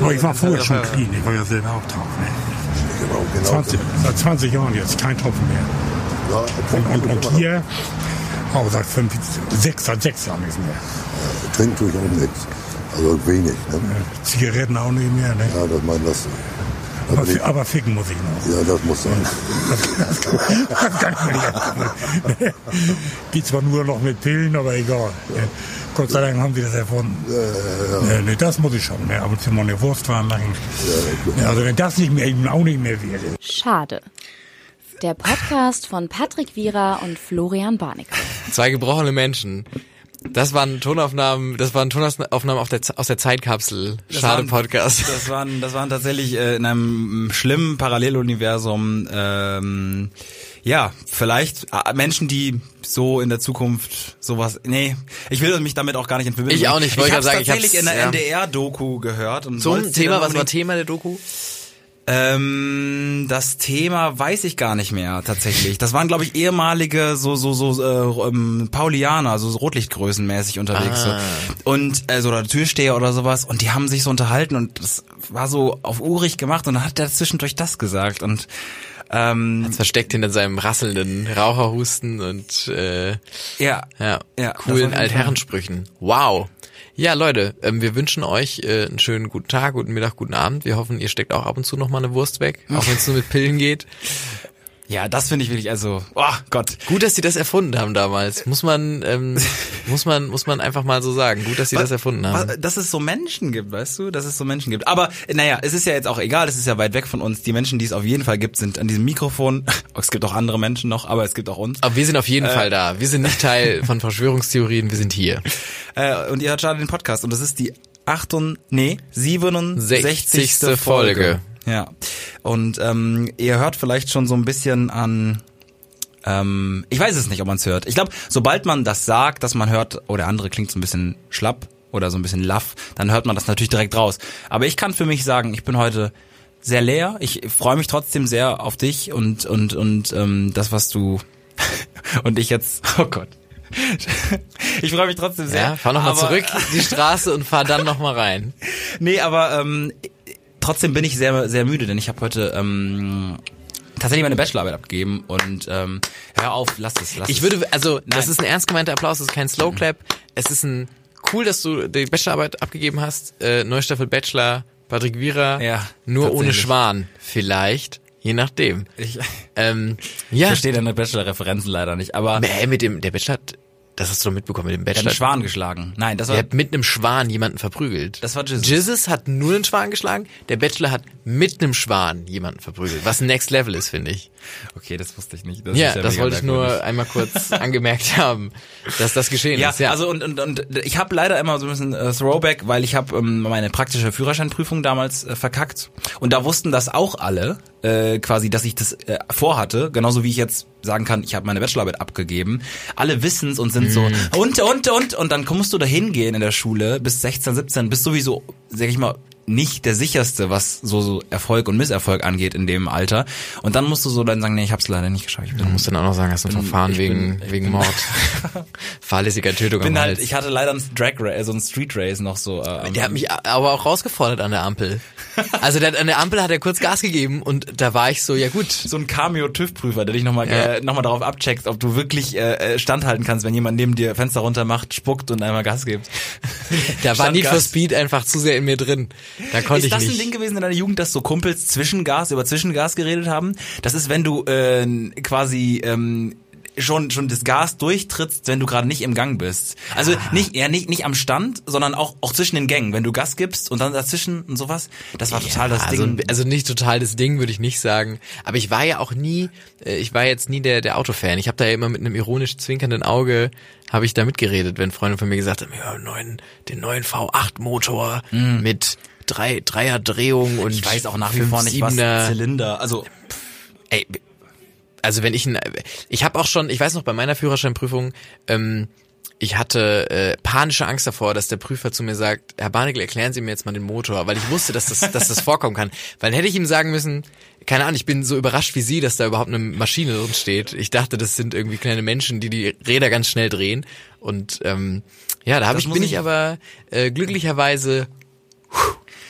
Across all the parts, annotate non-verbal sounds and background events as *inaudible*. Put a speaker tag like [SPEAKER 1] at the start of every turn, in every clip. [SPEAKER 1] Aber ich war vorher schon clean, ich war ja selber auch drauf. Ne?
[SPEAKER 2] Genau, genau.
[SPEAKER 1] 20, seit 20 Jahren jetzt, kein Tropfen mehr.
[SPEAKER 2] Ja, trinken
[SPEAKER 1] Und,
[SPEAKER 2] tue ich
[SPEAKER 1] und
[SPEAKER 2] immer noch.
[SPEAKER 1] hier, auch seit fünf, sechs, seit sechs Jahren nicht mehr.
[SPEAKER 2] Trinken tue ich auch nichts. Also wenig. Ne?
[SPEAKER 1] Zigaretten auch nicht mehr, ne?
[SPEAKER 2] Ja, das meine das.
[SPEAKER 1] aber,
[SPEAKER 2] Aber ich,
[SPEAKER 1] fi- aber ficken muss ich noch. *laughs*
[SPEAKER 2] ja, das muss sein.
[SPEAKER 1] Das kann, das kann ich mir nicht *laughs* abgewöhnen. Geht zwar nur noch mit Pillen, aber egal. ne? Gott sei Dank haben sie das erfunden. Ne, ne, das muss ich schon, ne? aber zum eine Wurst dran machen. Ne, Also wenn das nicht mehr, eben auch nicht mehr wäre.
[SPEAKER 3] Schade. Der Podcast von Patrick Wierer und Florian Barnick.
[SPEAKER 4] Zwei gebrochene Menschen. Das waren Tonaufnahmen, das waren Tonaufnahmen auf der, Z- aus der Zeitkapsel.
[SPEAKER 5] Das
[SPEAKER 4] Schade
[SPEAKER 5] waren-
[SPEAKER 4] Podcast.
[SPEAKER 5] Das waren, das waren tatsächlich äh, in einem schlimmen Paralleluniversum, ähm, ja, vielleicht äh, Menschen, die so in der Zukunft sowas, nee, ich will mich damit auch gar nicht in Verbindung
[SPEAKER 4] Ich auch
[SPEAKER 5] bringen.
[SPEAKER 4] nicht, wollte
[SPEAKER 5] ich hab's
[SPEAKER 4] gerade sagen, ich
[SPEAKER 5] tatsächlich
[SPEAKER 4] hab's-
[SPEAKER 5] in der
[SPEAKER 4] ja.
[SPEAKER 5] NDR-Doku gehört. Und
[SPEAKER 4] *laughs* Zum
[SPEAKER 5] wollt's dir
[SPEAKER 4] Thema,
[SPEAKER 5] dann
[SPEAKER 4] was war
[SPEAKER 5] unbedingt-
[SPEAKER 4] Thema der Doku?
[SPEAKER 5] Ähm, das Thema weiß ich gar nicht mehr tatsächlich. Das waren glaube ich ehemalige so so so äh, ähm, Paulianer, so so Rotlichtgrößenmäßig unterwegs
[SPEAKER 4] Ah.
[SPEAKER 5] so. und äh, so oder Türsteher oder sowas und die haben sich so unterhalten und das war so auf urig gemacht und dann hat der zwischendurch das gesagt und ähm,
[SPEAKER 4] Das versteckt hinter seinem rasselnden Raucherhusten und äh,
[SPEAKER 5] ja
[SPEAKER 4] ja,
[SPEAKER 5] Ja, das auf jeden
[SPEAKER 4] coolen
[SPEAKER 5] Fall.
[SPEAKER 4] Altherrensprüchen. Wow. Ja, Leute, ähm, wir wünschen euch äh, einen schönen guten Tag, guten Mittag, guten Abend. Wir hoffen, ihr steckt auch ab und zu noch mal eine Wurst weg, auch wenn es nur mit Pillen geht.
[SPEAKER 5] ja das finde ich wirklich also oh Gott
[SPEAKER 4] Gut, dass sie das erfunden haben damals. Muss man,
[SPEAKER 5] *laughs*
[SPEAKER 4] ähm, muss man, muss man einfach mal so sagen. Gut, dass sie das erfunden haben.
[SPEAKER 5] Was, dass es so Menschen gibt, weißt du, dass es so Menschen gibt. Aber naja, es ist ja jetzt auch egal, es ist ja weit weg von uns. Die Menschen, die es auf jeden Fall gibt, sind an diesem Mikrofon. *laughs* Es gibt auch andere Menschen noch, aber es gibt auch uns.
[SPEAKER 4] Aber wir sind auf jeden Fall da. Wir sind
[SPEAKER 5] *laughs*
[SPEAKER 4] nicht Teil von Verschwörungstheorien, wir sind hier.
[SPEAKER 5] Äh, und ihr hört gerade den Podcast und das ist die 8, nee, 67.
[SPEAKER 4] Folge.
[SPEAKER 5] Folge. Ja. Und ähm, ihr hört vielleicht schon so ein bisschen an. Ähm, ich weiß es nicht, ob man es hört. Ich glaube, sobald man das sagt, dass man hört, oh, der andere klingt so ein bisschen schlapp oder so ein bisschen laff, dann hört man das natürlich direkt raus. Aber ich kann für mich sagen, ich bin heute sehr leer. Ich freue mich trotzdem sehr auf dich und und und ähm, das, was du *laughs* und ich jetzt. *laughs* Oh Gott. Ich freue mich trotzdem sehr.
[SPEAKER 4] Ja, fahr nochmal
[SPEAKER 5] aber- äh,
[SPEAKER 4] zurück die Straße und fahr dann nochmal rein.
[SPEAKER 5] Nee, aber ähm, trotzdem bin ich sehr, sehr müde, denn ich habe heute ähm, tatsächlich meine Bachelorarbeit abgegeben und ähm, hör auf, lass es, lass es.
[SPEAKER 4] Ich würde, also das
[SPEAKER 5] Nein.
[SPEAKER 4] ist ein ernst gemeinter Applaus, das ist kein Slow Clap. Es ist ein cool, dass du die Bachelorarbeit abgegeben hast. Äh, Neustaffel Bachelor, Patrick Wierer,
[SPEAKER 5] Ja,
[SPEAKER 4] nur ohne
[SPEAKER 5] tatsächlich.
[SPEAKER 4] Schwan. Vielleicht, je nachdem.
[SPEAKER 5] Ich,
[SPEAKER 4] Ähm, ja,
[SPEAKER 5] verstehe deine Bachelor-Referenzen leider nicht, aber
[SPEAKER 4] Hä, mit dem, der Bachelor, hat- das hast du doch mitbekommen mit dem
[SPEAKER 5] der hat einen
[SPEAKER 4] Bachelor.
[SPEAKER 5] Schwan geschlagen. Nein, das war
[SPEAKER 4] Der hat mit einem Schwan jemanden verprügelt.
[SPEAKER 5] Das war Jesus.
[SPEAKER 4] Jesus hat nur einen Schwan geschlagen, der Bachelor hat mit einem Schwan jemanden verprügelt. Was Next Level ist, finde ich.
[SPEAKER 5] okay, das wusste ich nicht. Das
[SPEAKER 4] Ja,
[SPEAKER 5] ist
[SPEAKER 4] das
[SPEAKER 5] mega
[SPEAKER 4] wollte ich nur
[SPEAKER 5] merkwürdig.
[SPEAKER 4] einmal
[SPEAKER 5] *laughs*
[SPEAKER 4] kurz angemerkt haben, dass das geschehen
[SPEAKER 5] Ja,
[SPEAKER 4] ist. Ja,
[SPEAKER 5] also und, und, und ich habe leider immer so ein bisschen äh, Throwback, weil ich habe ähm, meine praktische Führerscheinprüfung damals äh, verkackt und da wussten das auch alle äh, quasi, dass ich das äh, vorhatte, genauso wie ich jetzt sagen kann, ich habe meine Bachelorarbeit abgegeben. Alle wissen's und sind so und und und und dann musst du da hingehen in der Schule bis 16, 17, bist sowieso, sag ich mal, nicht der sicherste, was so, so Erfolg und Misserfolg angeht in dem Alter. Und dann musst du so dann sagen, nee, ich hab's leider nicht geschafft. Ich bin
[SPEAKER 4] Du musst dann auch noch sagen, hast du ein Verfahren
[SPEAKER 5] ich
[SPEAKER 4] wegen,
[SPEAKER 5] bin- ich *laughs*
[SPEAKER 4] wegen Mord. Fahrlässiger Tötung
[SPEAKER 5] bin
[SPEAKER 4] am
[SPEAKER 5] halt,
[SPEAKER 4] Hals.
[SPEAKER 5] ich hatte leider ein Drag Race, so ein Street Race noch so. Äh, am-
[SPEAKER 4] der hat mich a- aber auch rausgefordert an der Ampel. Also der hat, an der Ampel hat er kurz Gas gegeben und da war ich so, ja gut,
[SPEAKER 5] so ein Cameo-TÜV-Prüfer, der dich nochmal
[SPEAKER 4] Ja.
[SPEAKER 5] äh, noch mal darauf abcheckt, ob du wirklich äh, äh, standhalten kannst, wenn jemand neben dir Fenster runter macht, spuckt und einmal Gas
[SPEAKER 4] *laughs*
[SPEAKER 5] gibt.
[SPEAKER 4] da war
[SPEAKER 5] Stand
[SPEAKER 4] Need for
[SPEAKER 5] Gas.
[SPEAKER 4] Speed einfach zu sehr in mir drin. Da konnte
[SPEAKER 5] Ist
[SPEAKER 4] ich
[SPEAKER 5] das
[SPEAKER 4] nicht.
[SPEAKER 5] ein Ding gewesen in deiner Jugend, dass so Kumpels Zwischengas über Zwischengas geredet haben? Das ist, wenn du äh, quasi ähm, schon schon das Gas durchtrittst, wenn du gerade nicht im Gang bist. Also nicht ja nicht nicht am Stand, sondern auch auch zwischen den Gängen, wenn du Gas gibst und dann dazwischen und sowas. Das war total das
[SPEAKER 4] also,
[SPEAKER 5] Ding.
[SPEAKER 4] Also nicht total das Ding, würde ich nicht sagen. Aber ich war ja auch nie, äh, ich war jetzt nie der, der Autofan. Ich habe da ja immer mit einem ironisch zwinkernden Auge, habe ich da mitgeredet, wenn Freunde von mir gesagt haben, ja, neuen, den neuen V8-Motor mit drei, dreier Drehung und
[SPEAKER 5] Mhm. ich weiß auch nach wie vor nicht was
[SPEAKER 4] 5-7er.
[SPEAKER 5] Zylinder. Also
[SPEAKER 4] Ey, also wenn ich ein, ich habe auch schon, ich weiß noch bei meiner Führerscheinprüfung, ähm, ich hatte äh, panische Angst davor, dass der Prüfer zu mir sagt, Herr Barnickel, erklären Sie mir jetzt mal den Motor, weil ich wusste, dass das, dass das vorkommen kann. Weil hätte ich ihm sagen müssen, keine Ahnung, ich bin so überrascht wie Sie, dass da überhaupt eine Maschine drin steht. Ich dachte, das sind irgendwie kleine Menschen, die die Räder ganz schnell drehen. Und ähm, ja, da hab
[SPEAKER 5] Das
[SPEAKER 4] ich,
[SPEAKER 5] muss
[SPEAKER 4] bin
[SPEAKER 5] ich-
[SPEAKER 4] ich aber äh, glücklicherweise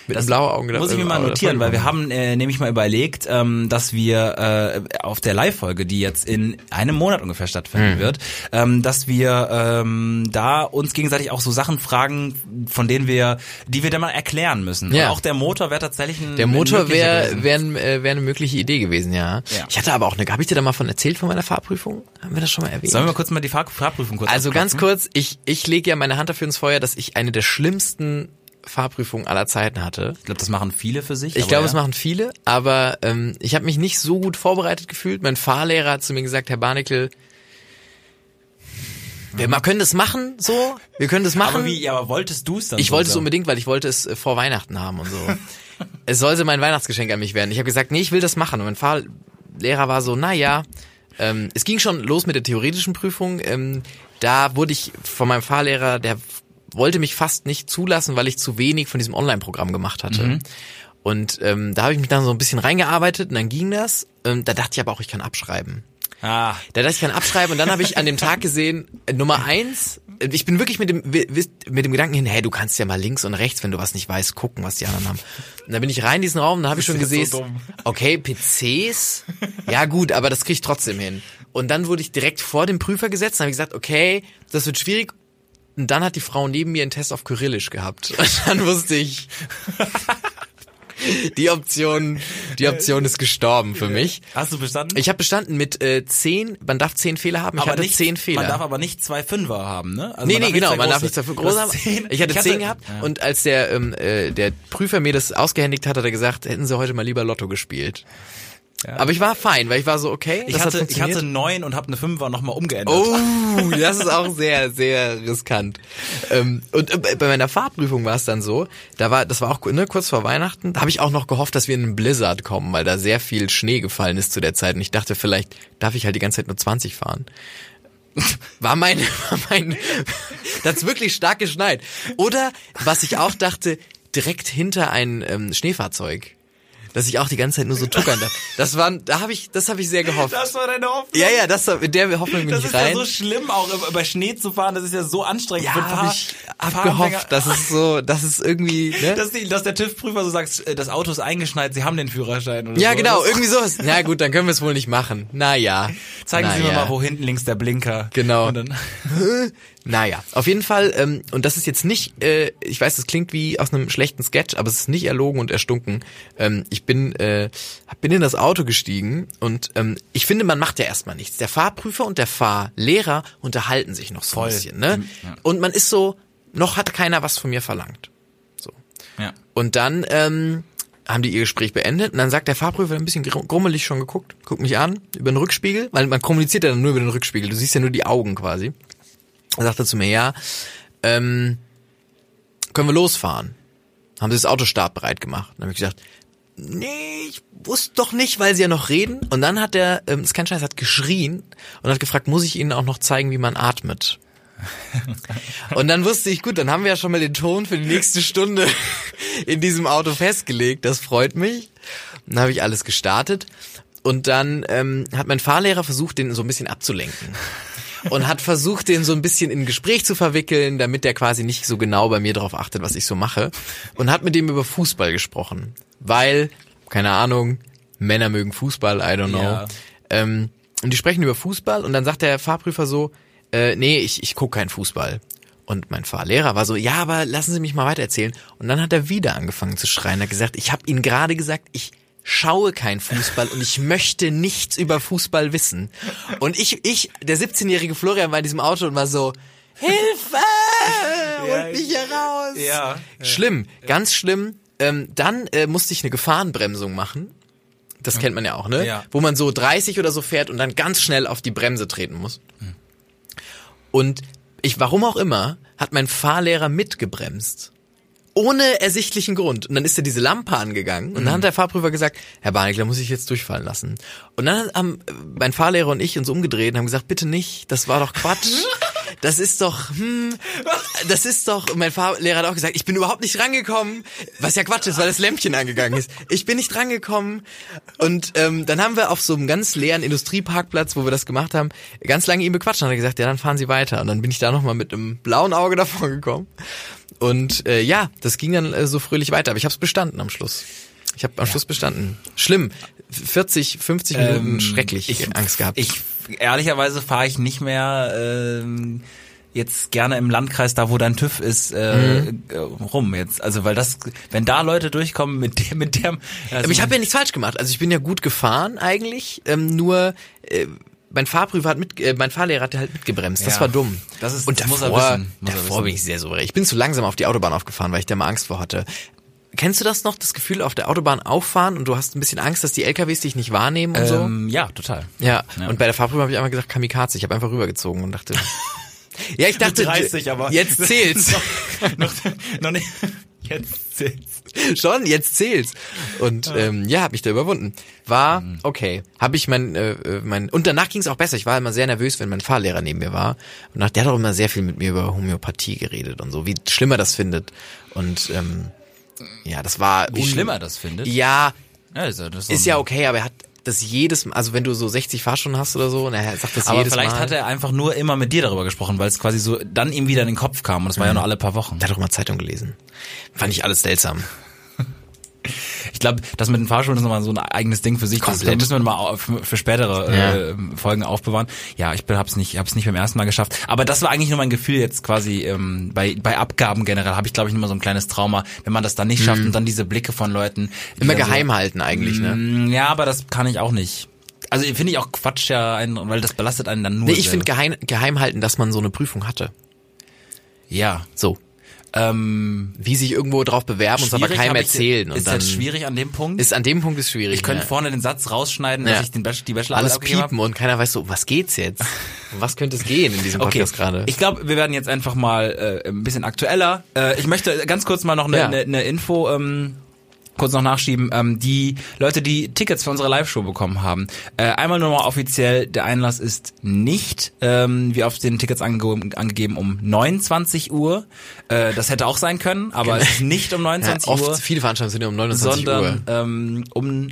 [SPEAKER 4] Mit einem blauen Auge.
[SPEAKER 5] Muss ich mir mal notieren, weil wir haben äh, nämlich mal überlegt, ähm, dass wir äh, auf der Live-Folge, die jetzt in einem Monat ungefähr
[SPEAKER 4] Mhm.
[SPEAKER 5] stattfinden wird, ähm, dass wir ähm, da uns gegenseitig auch so Sachen fragen, von denen wir, die wir dann mal erklären müssen.
[SPEAKER 4] Ja.
[SPEAKER 5] Und auch der Motor wäre tatsächlich ein
[SPEAKER 4] Der
[SPEAKER 5] ein
[SPEAKER 4] Motor
[SPEAKER 5] möglicher
[SPEAKER 4] wäre
[SPEAKER 5] gewesen.
[SPEAKER 4] wär, äh, wär eine mögliche Idee gewesen, ja.
[SPEAKER 5] Ja.
[SPEAKER 4] Ich hatte aber auch eine, habe ich dir da mal von erzählt von meiner Fahrprüfung? Haben wir das schon mal erwähnt?
[SPEAKER 5] Sollen wir kurz mal die Fahr Fahrprüfung kurz
[SPEAKER 4] Also ganz
[SPEAKER 5] abklopfen?
[SPEAKER 4] kurz, ich, ich lege ja meine Hand dafür ins Feuer, dass ich eine der schlimmsten Fahrprüfungen aller Zeiten hatte.
[SPEAKER 5] Ich glaube, das machen viele für sich.
[SPEAKER 4] Ich
[SPEAKER 5] aber
[SPEAKER 4] glaube,
[SPEAKER 5] ja.
[SPEAKER 4] es machen viele, aber ähm, ich habe mich nicht so gut vorbereitet gefühlt. Mein Fahrlehrer hat zu mir gesagt, Herr Barnickel, wir ma- können das machen, so, wir können das machen.
[SPEAKER 5] Aber wie, ja, aber wolltest du es dann
[SPEAKER 4] Ich wollte es
[SPEAKER 5] sozusagen?
[SPEAKER 4] unbedingt, weil ich wollte es äh, vor Weihnachten haben und so. es sollte mein Weihnachtsgeschenk an mich werden. Ich habe gesagt, nee, ich will das machen. Und mein Fahrlehrer war so, naja. Ähm, es ging schon los mit der theoretischen Prüfung. Ähm, da wurde ich von meinem Fahrlehrer, der f- wollte mich fast nicht zulassen, weil ich zu wenig von diesem Online-Programm gemacht hatte. Und ähm, da habe ich mich dann so ein bisschen reingearbeitet und dann ging das. Ähm, da dachte ich aber auch, ich kann abschreiben.
[SPEAKER 5] Ah,
[SPEAKER 4] Da dachte ich kann abschreiben und dann habe ich an dem Tag gesehen, äh, Nummer eins, äh, ich bin wirklich mit dem, wi- wis- mit dem Gedanken hin, hey, du kannst ja mal links und rechts, wenn du was nicht weißt, gucken, was die anderen haben. Und dann bin ich rein in diesen Raum und dann habe ich schon
[SPEAKER 5] Das ist ja
[SPEAKER 4] gesehen,
[SPEAKER 5] so dumm.
[SPEAKER 4] okay, PCs, ja gut, aber das kriege ich trotzdem hin. Und dann wurde ich direkt vor den Prüfer gesetzt und habe gesagt, okay, das wird schwierig. Und dann hat die Frau neben mir einen Test auf Kyrillisch gehabt. *laughs* Und dann wusste ich, die Option, die Option ist gestorben für mich.
[SPEAKER 5] hast du bestanden?
[SPEAKER 4] Ich habe bestanden mit äh, zehn, man darf zehn Fehler haben. Ich hatte zehn Fehler.
[SPEAKER 5] Man darf aber nicht zwei Fünfer haben, ne? Also
[SPEAKER 4] nee,
[SPEAKER 5] man darf
[SPEAKER 4] nee, genau,
[SPEAKER 5] zwei
[SPEAKER 4] man darf
[SPEAKER 5] große.
[SPEAKER 4] nicht dafür
[SPEAKER 5] Du
[SPEAKER 4] groß
[SPEAKER 5] hast
[SPEAKER 4] haben.
[SPEAKER 5] zehn.
[SPEAKER 4] Ich hatte zehn gehabt
[SPEAKER 5] Ja.
[SPEAKER 4] und als der, ähm, äh, der Prüfer mir das ausgehändigt hat, hat er gesagt, hätten sie heute mal lieber Lotto gespielt. Aber ich war fein, weil ich war so, okay,
[SPEAKER 5] ich
[SPEAKER 4] das
[SPEAKER 5] hatte,
[SPEAKER 4] hat
[SPEAKER 5] ich hatte neun und habe eine Fünfer nochmal umgeändert.
[SPEAKER 4] Oh, das ist auch sehr, sehr riskant. Ähm, und äh, bei meiner Fahrprüfung war es dann so, da war, das war auch ne, kurz vor Weihnachten, da habe ich auch noch gehofft, dass wir in einen Blizzard kommen, weil da sehr viel Schnee gefallen ist zu der Zeit. Und ich dachte, vielleicht darf ich halt die ganze Zeit nur 20 fahren. War mein, *laughs* war mein, das ist wirklich stark geschneit. Oder, was ich auch dachte, direkt hinter ein ähm, Schneefahrzeug. Dass ich auch die ganze Zeit nur so tuckern darf. Das waren, da habe ich, das habe ich sehr gehofft.
[SPEAKER 5] Das war deine Hoffnung.
[SPEAKER 4] Ja, ja, das, mit der Hoffnung bin
[SPEAKER 5] Das
[SPEAKER 4] ich
[SPEAKER 5] ist
[SPEAKER 4] rein.
[SPEAKER 5] ja so schlimm, auch über- über Schnee zu fahren. Das ist ja so anstrengend.
[SPEAKER 4] ja,
[SPEAKER 5] für ein
[SPEAKER 4] hab
[SPEAKER 5] paar-
[SPEAKER 4] ich
[SPEAKER 5] paar
[SPEAKER 4] abgehofft,
[SPEAKER 5] Anfänger.
[SPEAKER 4] dass es so, dass es irgendwie, ne?
[SPEAKER 5] dass, die, dass der TÜV-Prüfer so sagt, äh, das Auto ist eingeschneit, sie haben den Führerschein. Oder
[SPEAKER 4] ja,
[SPEAKER 5] so.
[SPEAKER 4] genau,
[SPEAKER 5] Das-
[SPEAKER 4] irgendwie sowas. Na gut, dann können wir es wohl nicht machen. Naja.
[SPEAKER 5] Zeigen Sie mir
[SPEAKER 4] naja.
[SPEAKER 5] mal, wo hinten links der Blinker.
[SPEAKER 4] Genau.
[SPEAKER 5] Und dann,
[SPEAKER 4] Naja, auf jeden Fall, ähm, und das ist jetzt nicht, äh, ich weiß, das klingt wie aus einem schlechten Sketch, aber es ist nicht erlogen und erstunken. Ähm, ich bin, äh, bin in das Auto gestiegen und ähm, ich finde, man macht ja erstmal nichts. Der Fahrprüfer und der Fahrlehrer unterhalten sich noch so
[SPEAKER 5] Voll. Mhm,
[SPEAKER 4] ein bisschen, ne? Und man ist so, noch hat keiner was von mir verlangt. So.
[SPEAKER 5] ja.
[SPEAKER 4] Und dann ähm, haben die ihr Gespräch beendet und dann sagt der Fahrprüfer der hat ein bisschen gru- grummelig schon geguckt, guckt mich an über den Rückspiegel, weil man kommuniziert ja dann nur über den Rückspiegel, du siehst ja nur die Augen quasi. Er sagte zu mir, ja, ähm, können wir losfahren? Haben sie das Auto startbereit gemacht? Dann habe ich gesagt, nee, ich wusste doch nicht, weil sie ja noch reden. Und dann hat der, ähm, das ist kein Scheiß, hat geschrien und hat gefragt, muss ich ihnen auch noch zeigen, wie man atmet? Und dann wusste ich, gut, dann haben wir ja schon mal den Ton für die nächste Stunde *laughs* in diesem Auto festgelegt. Das freut mich. Dann habe ich alles gestartet. Und dann ähm, hat mein Fahrlehrer versucht, den so ein bisschen abzulenken. Und hat versucht, den so ein bisschen in ein Gespräch zu verwickeln, damit der quasi nicht so genau bei mir drauf achtet, was ich so mache. Und hat mit dem über Fußball gesprochen. Weil, keine Ahnung, Männer mögen Fußball, I don't know.
[SPEAKER 5] Ja.
[SPEAKER 4] Ähm, und die sprechen über Fußball und dann sagt der Fahrprüfer so, äh, nee, ich, ich gucke keinen Fußball. Und mein Fahrlehrer war so, ja, aber lassen Sie mich mal weitererzählen. Und dann hat er wieder angefangen zu schreien, hat gesagt, ich habe Ihnen gerade gesagt, ich schaue keinen Fußball und ich möchte nichts über Fußball wissen. Und ich, ich, der 17-jährige Florian war in diesem Auto und war so, Hilfe!
[SPEAKER 5] *laughs* Ja,
[SPEAKER 4] Holt mich hier raus!
[SPEAKER 5] Ja.
[SPEAKER 4] Schlimm, ganz schlimm. Ähm, dann äh, musste ich eine Gefahrenbremsung machen. Das kennt man ja auch, ne?
[SPEAKER 5] Ja.
[SPEAKER 4] Wo man so 30 oder so fährt und dann ganz schnell auf die Bremse treten muss. Und ich, warum auch immer, hat mein Fahrlehrer mitgebremst. Ohne ersichtlichen Grund. Und dann ist er diese Lampe angegangen und dann hat der Fahrprüfer gesagt, Herr Barnick, da muss ich jetzt durchfallen lassen. Und dann haben äh, mein Fahrlehrer und ich uns umgedreht und haben gesagt, bitte nicht, das war doch Quatsch. das ist doch, hm, das ist doch, und mein Fahrlehrer hat auch gesagt, ich bin überhaupt nicht rangekommen, was ja Quatsch ist, weil das Lämpchen angegangen ist. Ich bin nicht rangekommen. Und ähm, dann haben wir auf so einem ganz leeren Industrieparkplatz, wo wir das gemacht haben, ganz lange ihn bequatscht und hat er gesagt, ja, dann fahren Sie weiter. Und dann bin ich da nochmal mit einem blauen Auge *laughs* davon gekommen. Und äh, ja, das ging dann äh, so fröhlich weiter, aber ich habe es bestanden am Schluss. Ich habe am Schluss bestanden. Schlimm. 40, 50 Minuten schrecklich Angst gehabt.
[SPEAKER 5] Ähm, Ich ehrlicherweise fahre ich nicht mehr ähm, jetzt gerne im Landkreis, da wo dein TÜV ist, äh,
[SPEAKER 4] Mhm.
[SPEAKER 5] äh, rum jetzt. Also weil das, wenn da Leute durchkommen mit dem, mit dem. Also,
[SPEAKER 4] Aber ich habe ja nichts falsch gemacht. Also ich bin ja gut gefahren eigentlich, ähm, nur äh, mein Fahrprüfer hat mit, äh, mein Fahrlehrer hat halt mitgebremst. Das
[SPEAKER 5] Ja.
[SPEAKER 4] war dumm.
[SPEAKER 5] Das ist-
[SPEAKER 4] und
[SPEAKER 5] das
[SPEAKER 4] davor,
[SPEAKER 5] muss er wissen. Muss er
[SPEAKER 4] davor
[SPEAKER 5] wissen.
[SPEAKER 4] bin ich sehr souverän. Ich bin zu langsam auf die Autobahn aufgefahren, weil ich da mal Angst vor hatte. Kennst du das noch, das Gefühl auf der Autobahn auffahren und du hast ein bisschen Angst, dass die LKWs dich nicht wahrnehmen und so?
[SPEAKER 5] ähm, ja, total.
[SPEAKER 4] Ja, und bei der Fahrprüfung habe ich einmal gesagt Kamikaze. Ich habe einfach rübergezogen
[SPEAKER 5] *laughs*
[SPEAKER 4] und dachte. ja, ich dachte,
[SPEAKER 5] 30, aber
[SPEAKER 4] jetzt
[SPEAKER 5] *laughs*
[SPEAKER 4] zählt's.
[SPEAKER 5] noch, noch, noch nicht. Jetzt zählt's.
[SPEAKER 4] *laughs* Schon, jetzt zählt's. Und ähm, ja, habe mich da überwunden. War
[SPEAKER 5] Mhm.
[SPEAKER 4] okay. Habe ich mein, äh, äh, mein und danach ging's auch besser. Ich war immer sehr nervös, wenn mein Fahrlehrer neben mir war. Und nach der hat auch immer sehr viel mit mir über Homöopathie geredet und so, wie schlimm er das findet. Und ähm, ja, das war
[SPEAKER 5] Wie
[SPEAKER 4] un-
[SPEAKER 5] schlimm er das findet?
[SPEAKER 4] Ja,
[SPEAKER 5] Ja, also, das
[SPEAKER 4] ist ja okay, aber er hat das jedes Mal, also wenn du so 60 Fahrstunden hast oder so, und er sagt das
[SPEAKER 5] Aber
[SPEAKER 4] jedes
[SPEAKER 5] vielleicht
[SPEAKER 4] Mal.
[SPEAKER 5] hat er einfach nur immer mit dir darüber gesprochen, weil es quasi so dann ihm wieder in den Kopf kam und es war ja
[SPEAKER 4] Mhm.
[SPEAKER 5] nur alle paar Wochen.
[SPEAKER 4] Der hat doch mal Zeitung gelesen. Fand ich alles seltsam.
[SPEAKER 5] Ich glaube, das mit den Fahrschulen ist nochmal so ein eigenes Ding für sich. Das
[SPEAKER 4] Komplett.
[SPEAKER 5] müssen wir mal auf, für spätere äh, Folgen aufbewahren. Ja, ich bin- hab's nicht, hab's nicht beim ersten Mal geschafft. Aber das war eigentlich nur mein Gefühl jetzt quasi ähm, bei, bei Abgaben generell habe ich glaube ich immer so ein kleines Trauma, wenn man das dann nicht schafft und dann diese Blicke von Leuten die
[SPEAKER 4] Mhm. Immer
[SPEAKER 5] dann
[SPEAKER 4] geheim halten eigentlich,
[SPEAKER 5] So,
[SPEAKER 4] ne?
[SPEAKER 5] "Mm, ja, aber das kann ich auch nicht. Also finde ich auch Quatsch ja, einen, weil das belastet einen dann nur.
[SPEAKER 4] Nee, ich
[SPEAKER 5] selber.
[SPEAKER 4] finde geheim, geheim halten, dass man so eine Prüfung hatte.
[SPEAKER 5] ja.
[SPEAKER 4] So.
[SPEAKER 5] Ähm,
[SPEAKER 4] Wie sich irgendwo drauf bewerben und es aber
[SPEAKER 5] schwierig
[SPEAKER 4] keinem
[SPEAKER 5] hab ich-
[SPEAKER 4] erzählen.
[SPEAKER 5] Ist
[SPEAKER 4] und dann
[SPEAKER 5] halt schwierig an dem Punkt.
[SPEAKER 4] ist an dem Punkt ist schwierig.
[SPEAKER 5] ich könnte
[SPEAKER 4] ne?
[SPEAKER 5] vorne den Satz rausschneiden,
[SPEAKER 4] Ja.
[SPEAKER 5] dass ich den Bachelor, die Bachelorarbeit
[SPEAKER 4] alles
[SPEAKER 5] abgegeben hab.
[SPEAKER 4] piepen und keiner weiß so, um was
[SPEAKER 5] *laughs*
[SPEAKER 4] geht's jetzt? Um was könnte es gehen in diesem Podcast gerade?
[SPEAKER 5] Ich glaube, wir werden jetzt einfach mal äh, ein bisschen aktueller. Äh, ich möchte ganz kurz mal noch eine
[SPEAKER 4] Ja.
[SPEAKER 5] eine- eine Info ähm, kurz noch nachschieben. Ähm, die Leute, die Tickets für unsere Live-Show bekommen haben, äh, einmal nur mal offiziell, der Einlass ist nicht, ähm, wie auf den Tickets ange angegeben, um 29 Uhr. Äh, das hätte auch sein können, aber es ist nicht um
[SPEAKER 4] Genau. *laughs* ja,
[SPEAKER 5] 29
[SPEAKER 4] oft
[SPEAKER 5] Uhr,
[SPEAKER 4] viele Veranstaltungen sind ja um 29
[SPEAKER 5] sondern
[SPEAKER 4] Uhr.
[SPEAKER 5] ähm, um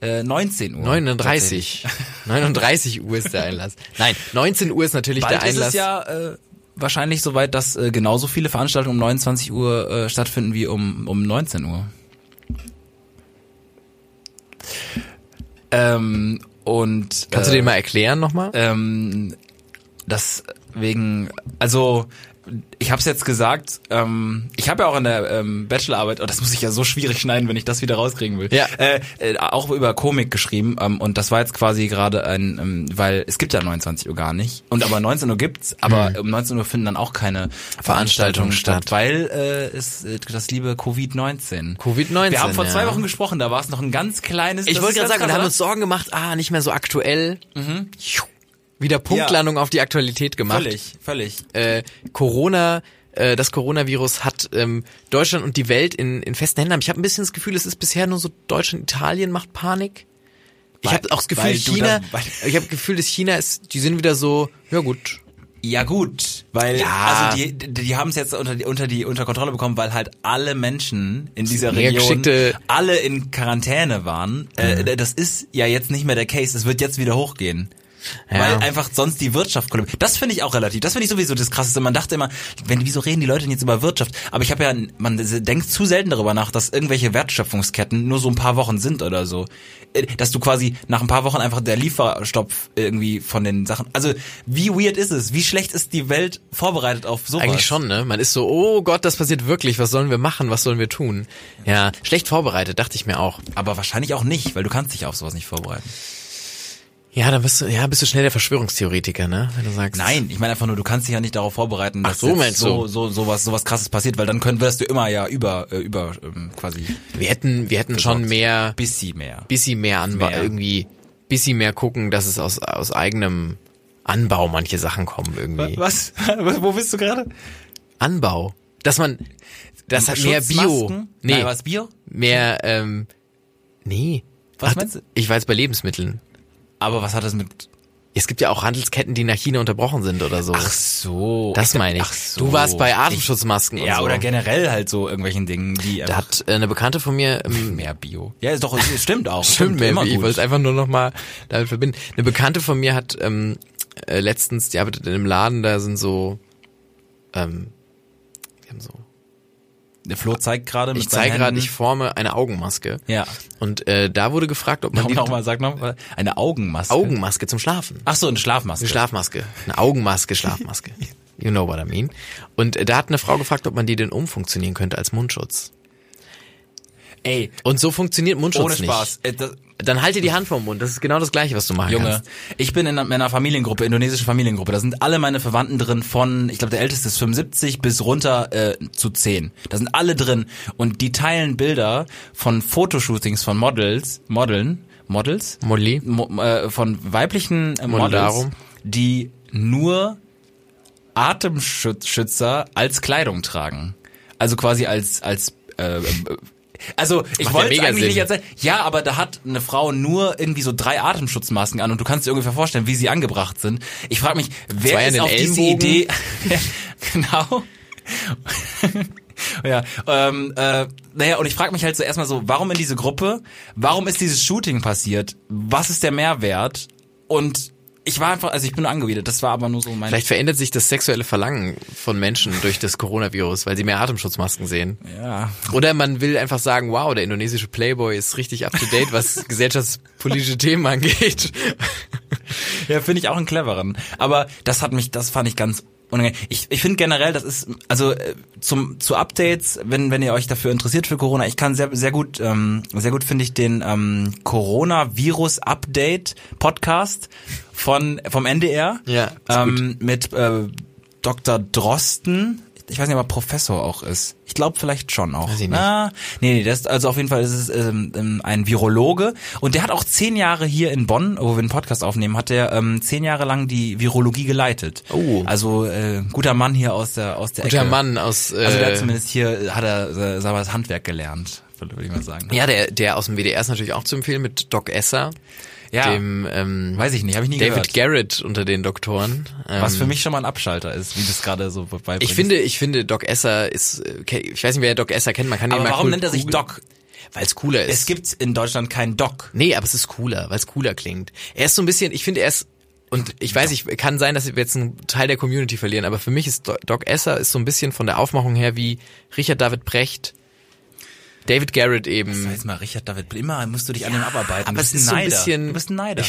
[SPEAKER 5] äh, 19 Uhr.
[SPEAKER 4] 39. 39 Uhr ist der Einlass. Nein, 19 Uhr ist natürlich
[SPEAKER 5] Bald
[SPEAKER 4] der Einlass.
[SPEAKER 5] ist es ja äh, wahrscheinlich soweit, dass äh, genauso viele Veranstaltungen um 29 Uhr äh, stattfinden wie um, um 19 Uhr. Ähm, und
[SPEAKER 4] Kannst
[SPEAKER 5] äh,
[SPEAKER 4] du den mal erklären nochmal?
[SPEAKER 5] ähm, das wegen, also ich habe es jetzt gesagt, ähm, ich habe ja auch in der ähm, Bachelorarbeit, oh, das muss ich ja so schwierig schneiden, wenn ich das wieder rauskriegen will,
[SPEAKER 4] Ja.
[SPEAKER 5] äh, äh, auch über Komik geschrieben ähm, und das war jetzt quasi gerade ein, ähm, weil es gibt ja 29 Uhr gar nicht und aber 19 Uhr gibt's, aber um 19 Uhr finden dann auch keine
[SPEAKER 4] Hm.
[SPEAKER 5] Veranstaltungen
[SPEAKER 4] Veranstaltungen
[SPEAKER 5] statt,
[SPEAKER 4] statt.
[SPEAKER 5] weil äh, es äh, das liebe Covid-19.
[SPEAKER 4] Covid-19,
[SPEAKER 5] Wir haben vor zwei
[SPEAKER 4] ja.
[SPEAKER 5] Wochen gesprochen, da war es noch ein ganz kleines.
[SPEAKER 4] Ich
[SPEAKER 5] das
[SPEAKER 4] wollte
[SPEAKER 5] ist
[SPEAKER 4] gerade
[SPEAKER 5] ganz
[SPEAKER 4] sagen, wir
[SPEAKER 5] krass,
[SPEAKER 4] haben
[SPEAKER 5] oder? Mhm.
[SPEAKER 4] uns Sorgen gemacht, ah, nicht mehr so aktuell. Wieder Punktlandung auf die Aktualität gemacht.
[SPEAKER 5] völlig, völlig.
[SPEAKER 4] äh, Corona, äh, das Coronavirus hat ähm, Deutschland und die Welt in, in festen Händen. Aber Ich habe ein bisschen das Gefühl, es ist bisher nur so Deutschland, Italien macht Panik. Ich
[SPEAKER 5] Weil-
[SPEAKER 4] habe auch das Gefühl,
[SPEAKER 5] weil du
[SPEAKER 4] China,
[SPEAKER 5] dann- weil-
[SPEAKER 4] *laughs* ich habe Gefühl, dass China ist, die sind wieder so, ja gut.
[SPEAKER 5] Ja gut, weil
[SPEAKER 4] Ja.
[SPEAKER 5] also die die, die haben es jetzt unter die unter die unter Kontrolle bekommen, weil halt alle Menschen in dieser
[SPEAKER 4] Mega
[SPEAKER 5] Region
[SPEAKER 4] geschickte-
[SPEAKER 5] alle in Quarantäne waren. Äh, das ist ja jetzt nicht mehr der Case, das wird jetzt wieder hochgehen.
[SPEAKER 4] Ja.
[SPEAKER 5] Weil einfach sonst die Wirtschaft kollabiert. Das finde ich auch relativ. Das finde ich sowieso das Krasseste. Man dachte immer, wenn, wieso reden die Leute denn jetzt über Wirtschaft? Aber ich habe ja, man denkt zu selten darüber nach, dass irgendwelche Wertschöpfungsketten nur so ein paar Wochen sind oder so. Äh, Dass du quasi nach ein paar Wochen einfach der Lieferstopp irgendwie von den Sachen. Also wie weird ist es? Wie schlecht ist die Welt vorbereitet auf sowas?
[SPEAKER 4] Eigentlich schon, ne? Man ist so, oh Gott, das passiert wirklich. Was sollen wir machen? Was sollen wir tun? Ja, schlecht vorbereitet, dachte ich mir auch.
[SPEAKER 5] Aber wahrscheinlich auch nicht, weil du kannst dich auf sowas nicht vorbereiten.
[SPEAKER 4] Ja, dann bist du, ja, bist du schnell der Verschwörungstheoretiker, ne? Wenn du sagst,
[SPEAKER 5] Nein, ich meine einfach nur, du kannst dich ja nicht darauf vorbereiten, dass
[SPEAKER 4] Ach so,
[SPEAKER 5] jetzt
[SPEAKER 4] meinst
[SPEAKER 5] so,
[SPEAKER 4] du?
[SPEAKER 5] so, sowas, sowas krasses passiert, weil dann können wirst du immer ja über, äh, über ähm, quasi
[SPEAKER 4] wir hätten, wir
[SPEAKER 5] Oh
[SPEAKER 4] hätten schon mehr.
[SPEAKER 5] bisschen mehr.
[SPEAKER 4] bisschen mehr anbau,
[SPEAKER 5] Mehr.
[SPEAKER 4] irgendwie, bisschen mehr gucken, dass es aus, aus eigenem Anbau manche Sachen kommen irgendwie.
[SPEAKER 5] Was? Wo bist du gerade?
[SPEAKER 4] Anbau. Dass man, das hat mehr Bio.
[SPEAKER 5] Nee.
[SPEAKER 4] Nee,
[SPEAKER 5] Nein, was Bio?
[SPEAKER 4] mehr, ähm, nee.
[SPEAKER 5] Was meinst du?
[SPEAKER 4] Ich war jetzt bei Lebensmitteln.
[SPEAKER 5] Aber was hat das mit
[SPEAKER 4] Es gibt ja auch Handelsketten, die nach China unterbrochen sind oder so.
[SPEAKER 5] Ach so.
[SPEAKER 4] das
[SPEAKER 5] dachte-
[SPEAKER 4] meine ich.
[SPEAKER 5] Ach so.
[SPEAKER 4] Du warst bei Atemschutzmasken und
[SPEAKER 5] Ja,
[SPEAKER 4] so.
[SPEAKER 5] oder generell halt so irgendwelchen Dingen, die
[SPEAKER 4] Da
[SPEAKER 5] einfach
[SPEAKER 4] hat äh, eine Bekannte von mir ähm,
[SPEAKER 5] mehr Bio. Ja, ist doch, stimmt auch.
[SPEAKER 4] *laughs* Stimmt,
[SPEAKER 5] immer
[SPEAKER 4] Melvin, ich
[SPEAKER 5] gut.
[SPEAKER 4] wollte es einfach nur nochmal damit verbinden. Eine Bekannte von mir hat ähm, äh, letztens, die arbeitet in einem Laden, da sind so, ähm, die haben so.
[SPEAKER 5] Der Flo zeigt gerade mit
[SPEAKER 4] Ich zeige
[SPEAKER 5] seinen
[SPEAKER 4] gerade,
[SPEAKER 5] Händen-
[SPEAKER 4] ich forme eine Augenmaske.
[SPEAKER 5] Ja.
[SPEAKER 4] Und äh, da wurde gefragt, ob man
[SPEAKER 5] Komm *laughs*
[SPEAKER 4] die
[SPEAKER 5] nochmal, sag nochmal. Eine Augenmaske.
[SPEAKER 4] Augenmaske zum Schlafen.
[SPEAKER 5] Ach so, eine Schlafmaske.
[SPEAKER 4] Eine Schlafmaske. Eine
[SPEAKER 5] *laughs*
[SPEAKER 4] Augenmaske, Schlafmaske. You know what I mean. Und äh, da hat eine Frau gefragt, ob man die denn umfunktionieren könnte als Mundschutz.
[SPEAKER 5] Ey,
[SPEAKER 4] Und so funktioniert Mundschutz
[SPEAKER 5] ohne Spaß.
[SPEAKER 4] nicht.
[SPEAKER 5] Äh, das,
[SPEAKER 4] Dann halte die Hand vom Mund. Das ist genau das Gleiche, was du machen
[SPEAKER 5] Junge,
[SPEAKER 4] kannst.
[SPEAKER 5] ich bin in einer Familiengruppe, indonesischen Familiengruppe. Da sind alle meine Verwandten drin von, ich glaube, der älteste ist 75 bis runter äh, zu 10. Da sind alle drin und die teilen Bilder von Fotoshootings von Models, Modeln, Models,
[SPEAKER 4] Molly.
[SPEAKER 5] Mo äh, von weiblichen äh, Models,
[SPEAKER 4] Modeldarum.
[SPEAKER 5] die nur Atemschützer als Kleidung tragen. Also quasi als als äh, äh, also ich
[SPEAKER 4] Macht ja
[SPEAKER 5] wollte es
[SPEAKER 4] mega
[SPEAKER 5] eigentlich nicht
[SPEAKER 4] Sinn.
[SPEAKER 5] erzählen. Ja, aber da hat eine Frau nur irgendwie so drei Atemschutzmasken an und du kannst dir ungefähr vorstellen, wie sie angebracht sind. Ich frage mich, wer
[SPEAKER 4] Zwei an
[SPEAKER 5] ist
[SPEAKER 4] den
[SPEAKER 5] auf diese
[SPEAKER 4] Ellenbogen.
[SPEAKER 5] Idee? *laughs* genau. ja, ähm, äh, naja, und ich frage mich halt so erstmal so, warum in diese Gruppe? Warum ist dieses Shooting passiert? Was ist der Mehrwert? Und ich war einfach, also ich bin angewidert. Das war aber nur so mein.
[SPEAKER 4] Vielleicht verändert sich das sexuelle Verlangen von Menschen durch das Coronavirus, weil sie mehr Atemschutzmasken sehen.
[SPEAKER 5] ja.
[SPEAKER 4] Oder man will einfach sagen, wow, der indonesische Playboy ist richtig up to date,
[SPEAKER 5] *laughs*
[SPEAKER 4] was gesellschaftspolitische Themen angeht.
[SPEAKER 5] Ja, finde ich auch einen cleveren. Aber das hat mich, das fand ich ganz unangenehm. Ich, ich finde generell, das ist, also äh, zum zu Updates, wenn wenn ihr euch dafür interessiert für Corona, ich kann sehr sehr gut, ähm, sehr gut finde ich den ähm, Coronavirus Update Podcast von vom NDR.
[SPEAKER 4] Ja, ist
[SPEAKER 5] Ähm, mit äh, Dr. Drosten. Ich weiß nicht, ob er Professor auch ist. Ich glaube vielleicht schon auch.
[SPEAKER 4] Weiß ich nicht.
[SPEAKER 5] Ah, nee, nee, das also auf jeden Fall ist es ähm, ähm, ein Virologe und der hat auch zehn Jahre hier in Bonn, wo wir einen Podcast aufnehmen, hat der ähm, zehn Jahre lang die Virologie geleitet.
[SPEAKER 4] Oh.
[SPEAKER 5] Also äh, guter Mann hier aus der aus der
[SPEAKER 4] Guter
[SPEAKER 5] Ecke.
[SPEAKER 4] Mann aus, äh,
[SPEAKER 5] Also der hat zumindest hier äh, hat er äh, sagen wir, das Handwerk gelernt, würde ich mal sagen.
[SPEAKER 4] ja, der, der aus dem WDR ist natürlich auch zu empfehlen mit Doc Esser,
[SPEAKER 5] Ja.
[SPEAKER 4] dem, ähm,
[SPEAKER 5] Weiß ich nicht, habe ich nie
[SPEAKER 4] David
[SPEAKER 5] gehört.
[SPEAKER 4] Garrett unter den Doktoren. Ähm,
[SPEAKER 5] Was für mich schon mal ein Abschalter ist, wie das gerade so beibringst.
[SPEAKER 4] Ich finde, ich finde, Doc Esser ist, äh, ke- ich weiß nicht, wer Doc Esser kennt, man kann ihn
[SPEAKER 5] aber
[SPEAKER 4] mal
[SPEAKER 5] warum
[SPEAKER 4] cool
[SPEAKER 5] nennt er sich
[SPEAKER 4] googeln.
[SPEAKER 5] Doc?
[SPEAKER 4] Weil's cooler ist.
[SPEAKER 5] Es gibt in Deutschland keinen Doc.
[SPEAKER 4] Nee, aber es ist cooler, weil es cooler klingt. Er ist so ein bisschen, ich finde, er ist, und ich weiß, ich kann sein, dass wir jetzt einen Teil der Community verlieren, aber für mich ist Do- Doc Esser ist so ein bisschen von der Aufmachung her wie Richard David Brecht, David Garrett
[SPEAKER 5] Sag
[SPEAKER 4] eben.
[SPEAKER 5] jetzt mal, Richard David, immer musst du dich an den abarbeiten.
[SPEAKER 4] aber
[SPEAKER 5] du
[SPEAKER 4] es
[SPEAKER 5] bist
[SPEAKER 4] ist so ein
[SPEAKER 5] Neider.
[SPEAKER 4] bisschen-
[SPEAKER 5] du bist ein Neider.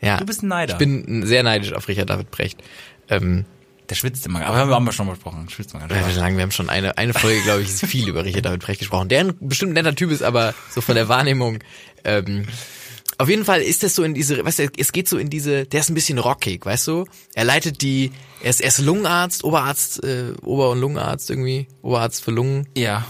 [SPEAKER 4] Ja,
[SPEAKER 5] Du bist ein Neider.
[SPEAKER 4] Ich bin sehr neidisch auf Richard David Brecht. Ähm,
[SPEAKER 5] *laughs* Der schwitzt immer. Aber haben wir- haben wir schon mal besprochen. Schwitzt man ganz
[SPEAKER 4] ich
[SPEAKER 5] stark.
[SPEAKER 4] würde sagen, Äh, wir haben schon eine, eine Folge, glaube ich, ist viel über Richard David Brecht gesprochen, der ein bestimmt netter Typ ist, aber so von der Wahrnehmung. Ähm, auf jeden Fall ist das so in diese, weißt du, es geht so in diese, der ist ein bisschen rockig, weißt du? Er leitet die, er ist, er ist Lungenarzt, Oberarzt, äh, Ober- und Lungenarzt irgendwie, Oberarzt für Lungen.
[SPEAKER 5] Ja,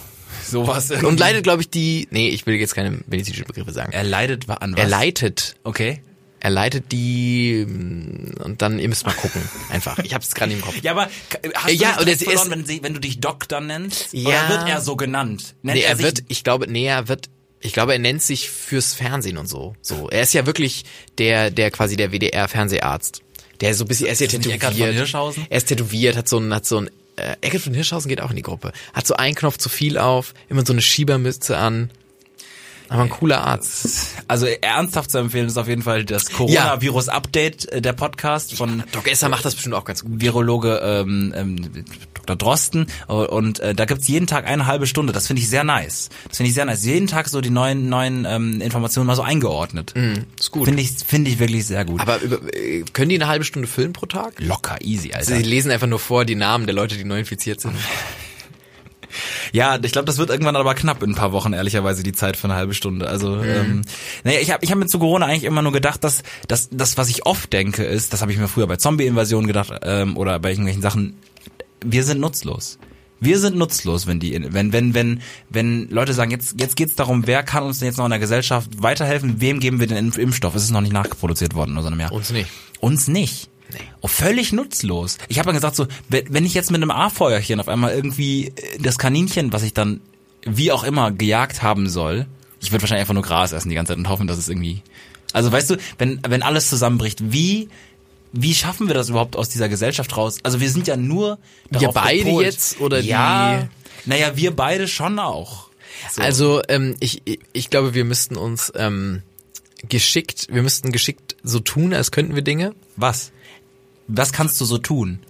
[SPEAKER 5] sowas.
[SPEAKER 4] Und
[SPEAKER 5] irgendwie.
[SPEAKER 4] leitet, glaube ich, die, nee, ich will jetzt keine medizinischen Begriffe sagen.
[SPEAKER 5] Er leidet wa- an was?
[SPEAKER 4] Er leitet,
[SPEAKER 5] Okay.
[SPEAKER 4] er leitet die, mm, und dann, ihr müsst mal gucken, einfach. Ich hab's gerade im Kopf.
[SPEAKER 5] Ja, aber k- äh, hast
[SPEAKER 4] Ja,
[SPEAKER 5] du
[SPEAKER 4] und
[SPEAKER 5] nicht
[SPEAKER 4] es
[SPEAKER 5] direkt verloren,
[SPEAKER 4] ist-
[SPEAKER 5] wenn, sie, wenn du dich Doc dann nennst?
[SPEAKER 4] Ja.
[SPEAKER 5] Oder wird er so genannt? Nennt
[SPEAKER 4] Nee, er,
[SPEAKER 5] sich
[SPEAKER 4] wird, ich glaube, nee, er wird, ich glaube, er nennt sich fürs Fernsehen und so. So, er ist ja wirklich der, der quasi der WDR-Fernseharzt. Der so ein bisschen, er ist ja
[SPEAKER 5] Ist das nicht
[SPEAKER 4] tätowiert.
[SPEAKER 5] Eckart von Hirschhausen?
[SPEAKER 4] Er ist tätowiert, hat so ein, hat so ein, äh, Eckert von Hirschhausen geht auch in die Gruppe. Hat so einen Knopf zu viel auf, immer so eine Schiebermütze an. Aber ein cooler Arzt.
[SPEAKER 5] Also ernsthaft zu empfehlen ist auf jeden Fall das Coronavirus-Update, äh, der Podcast von
[SPEAKER 4] Doc Esser macht das bestimmt auch ganz gut.
[SPEAKER 5] Virologe ähm, ähm, Dr. Drosten und äh, da gibt's jeden Tag eine halbe Stunde. Das finde ich sehr nice. Das finde ich sehr nice. Jeden Tag so die neuen neuen ähm, Informationen mal so eingeordnet.
[SPEAKER 4] Ist Mhm, gut.
[SPEAKER 5] Finde ich finde ich wirklich sehr gut.
[SPEAKER 4] Aber über, äh, können die eine halbe Stunde filmen pro Tag?
[SPEAKER 5] locker easy, Alter.
[SPEAKER 4] Also sie lesen einfach nur vor die Namen der Leute, die neu infiziert sind.
[SPEAKER 5] Ja, ich glaube, das wird irgendwann aber knapp in ein paar Wochen, ehrlicherweise, die Zeit für eine halbe Stunde. Also, ähm, naja, ich habe ich hab mir zu Corona eigentlich immer nur gedacht, dass, dass das, was ich oft denke, ist, das habe ich mir früher bei Zombie-Invasionen gedacht ähm, oder bei irgendwelchen Sachen, wir sind nutzlos. Wir sind nutzlos, wenn die, wenn, wenn, wenn, wenn Leute sagen, jetzt, jetzt geht's darum, wer kann uns denn jetzt noch in der Gesellschaft weiterhelfen, wem geben wir den Impf- Impfstoff? Es ist noch nicht nachproduziert worden oder so einem Jahr.
[SPEAKER 4] Uns nicht.
[SPEAKER 5] Uns nicht. Oh, völlig nutzlos. Ich habe dann gesagt, so, wenn wenn ich jetzt mit einem A-Feuerchen auf einmal irgendwie äh, das Kaninchen, was ich dann wie auch immer gejagt haben soll, ich würde wahrscheinlich einfach nur Gras essen die ganze Zeit und hoffen, dass es irgendwie Also weißt du, wenn, wenn alles zusammenbricht, wie, wie schaffen wir das überhaupt aus dieser Gesellschaft raus? Also wir sind ja nur darauf
[SPEAKER 4] beide
[SPEAKER 5] gepolt.
[SPEAKER 4] jetzt oder
[SPEAKER 5] ja,
[SPEAKER 4] die-
[SPEAKER 5] Naja, wir beide schon auch.
[SPEAKER 4] Also ähm, ich, ich- ich glaube, wir müssten uns ähm, geschickt, wir müssten geschickt so tun, als könnten wir Dinge.
[SPEAKER 5] Was? Was kannst du so tun?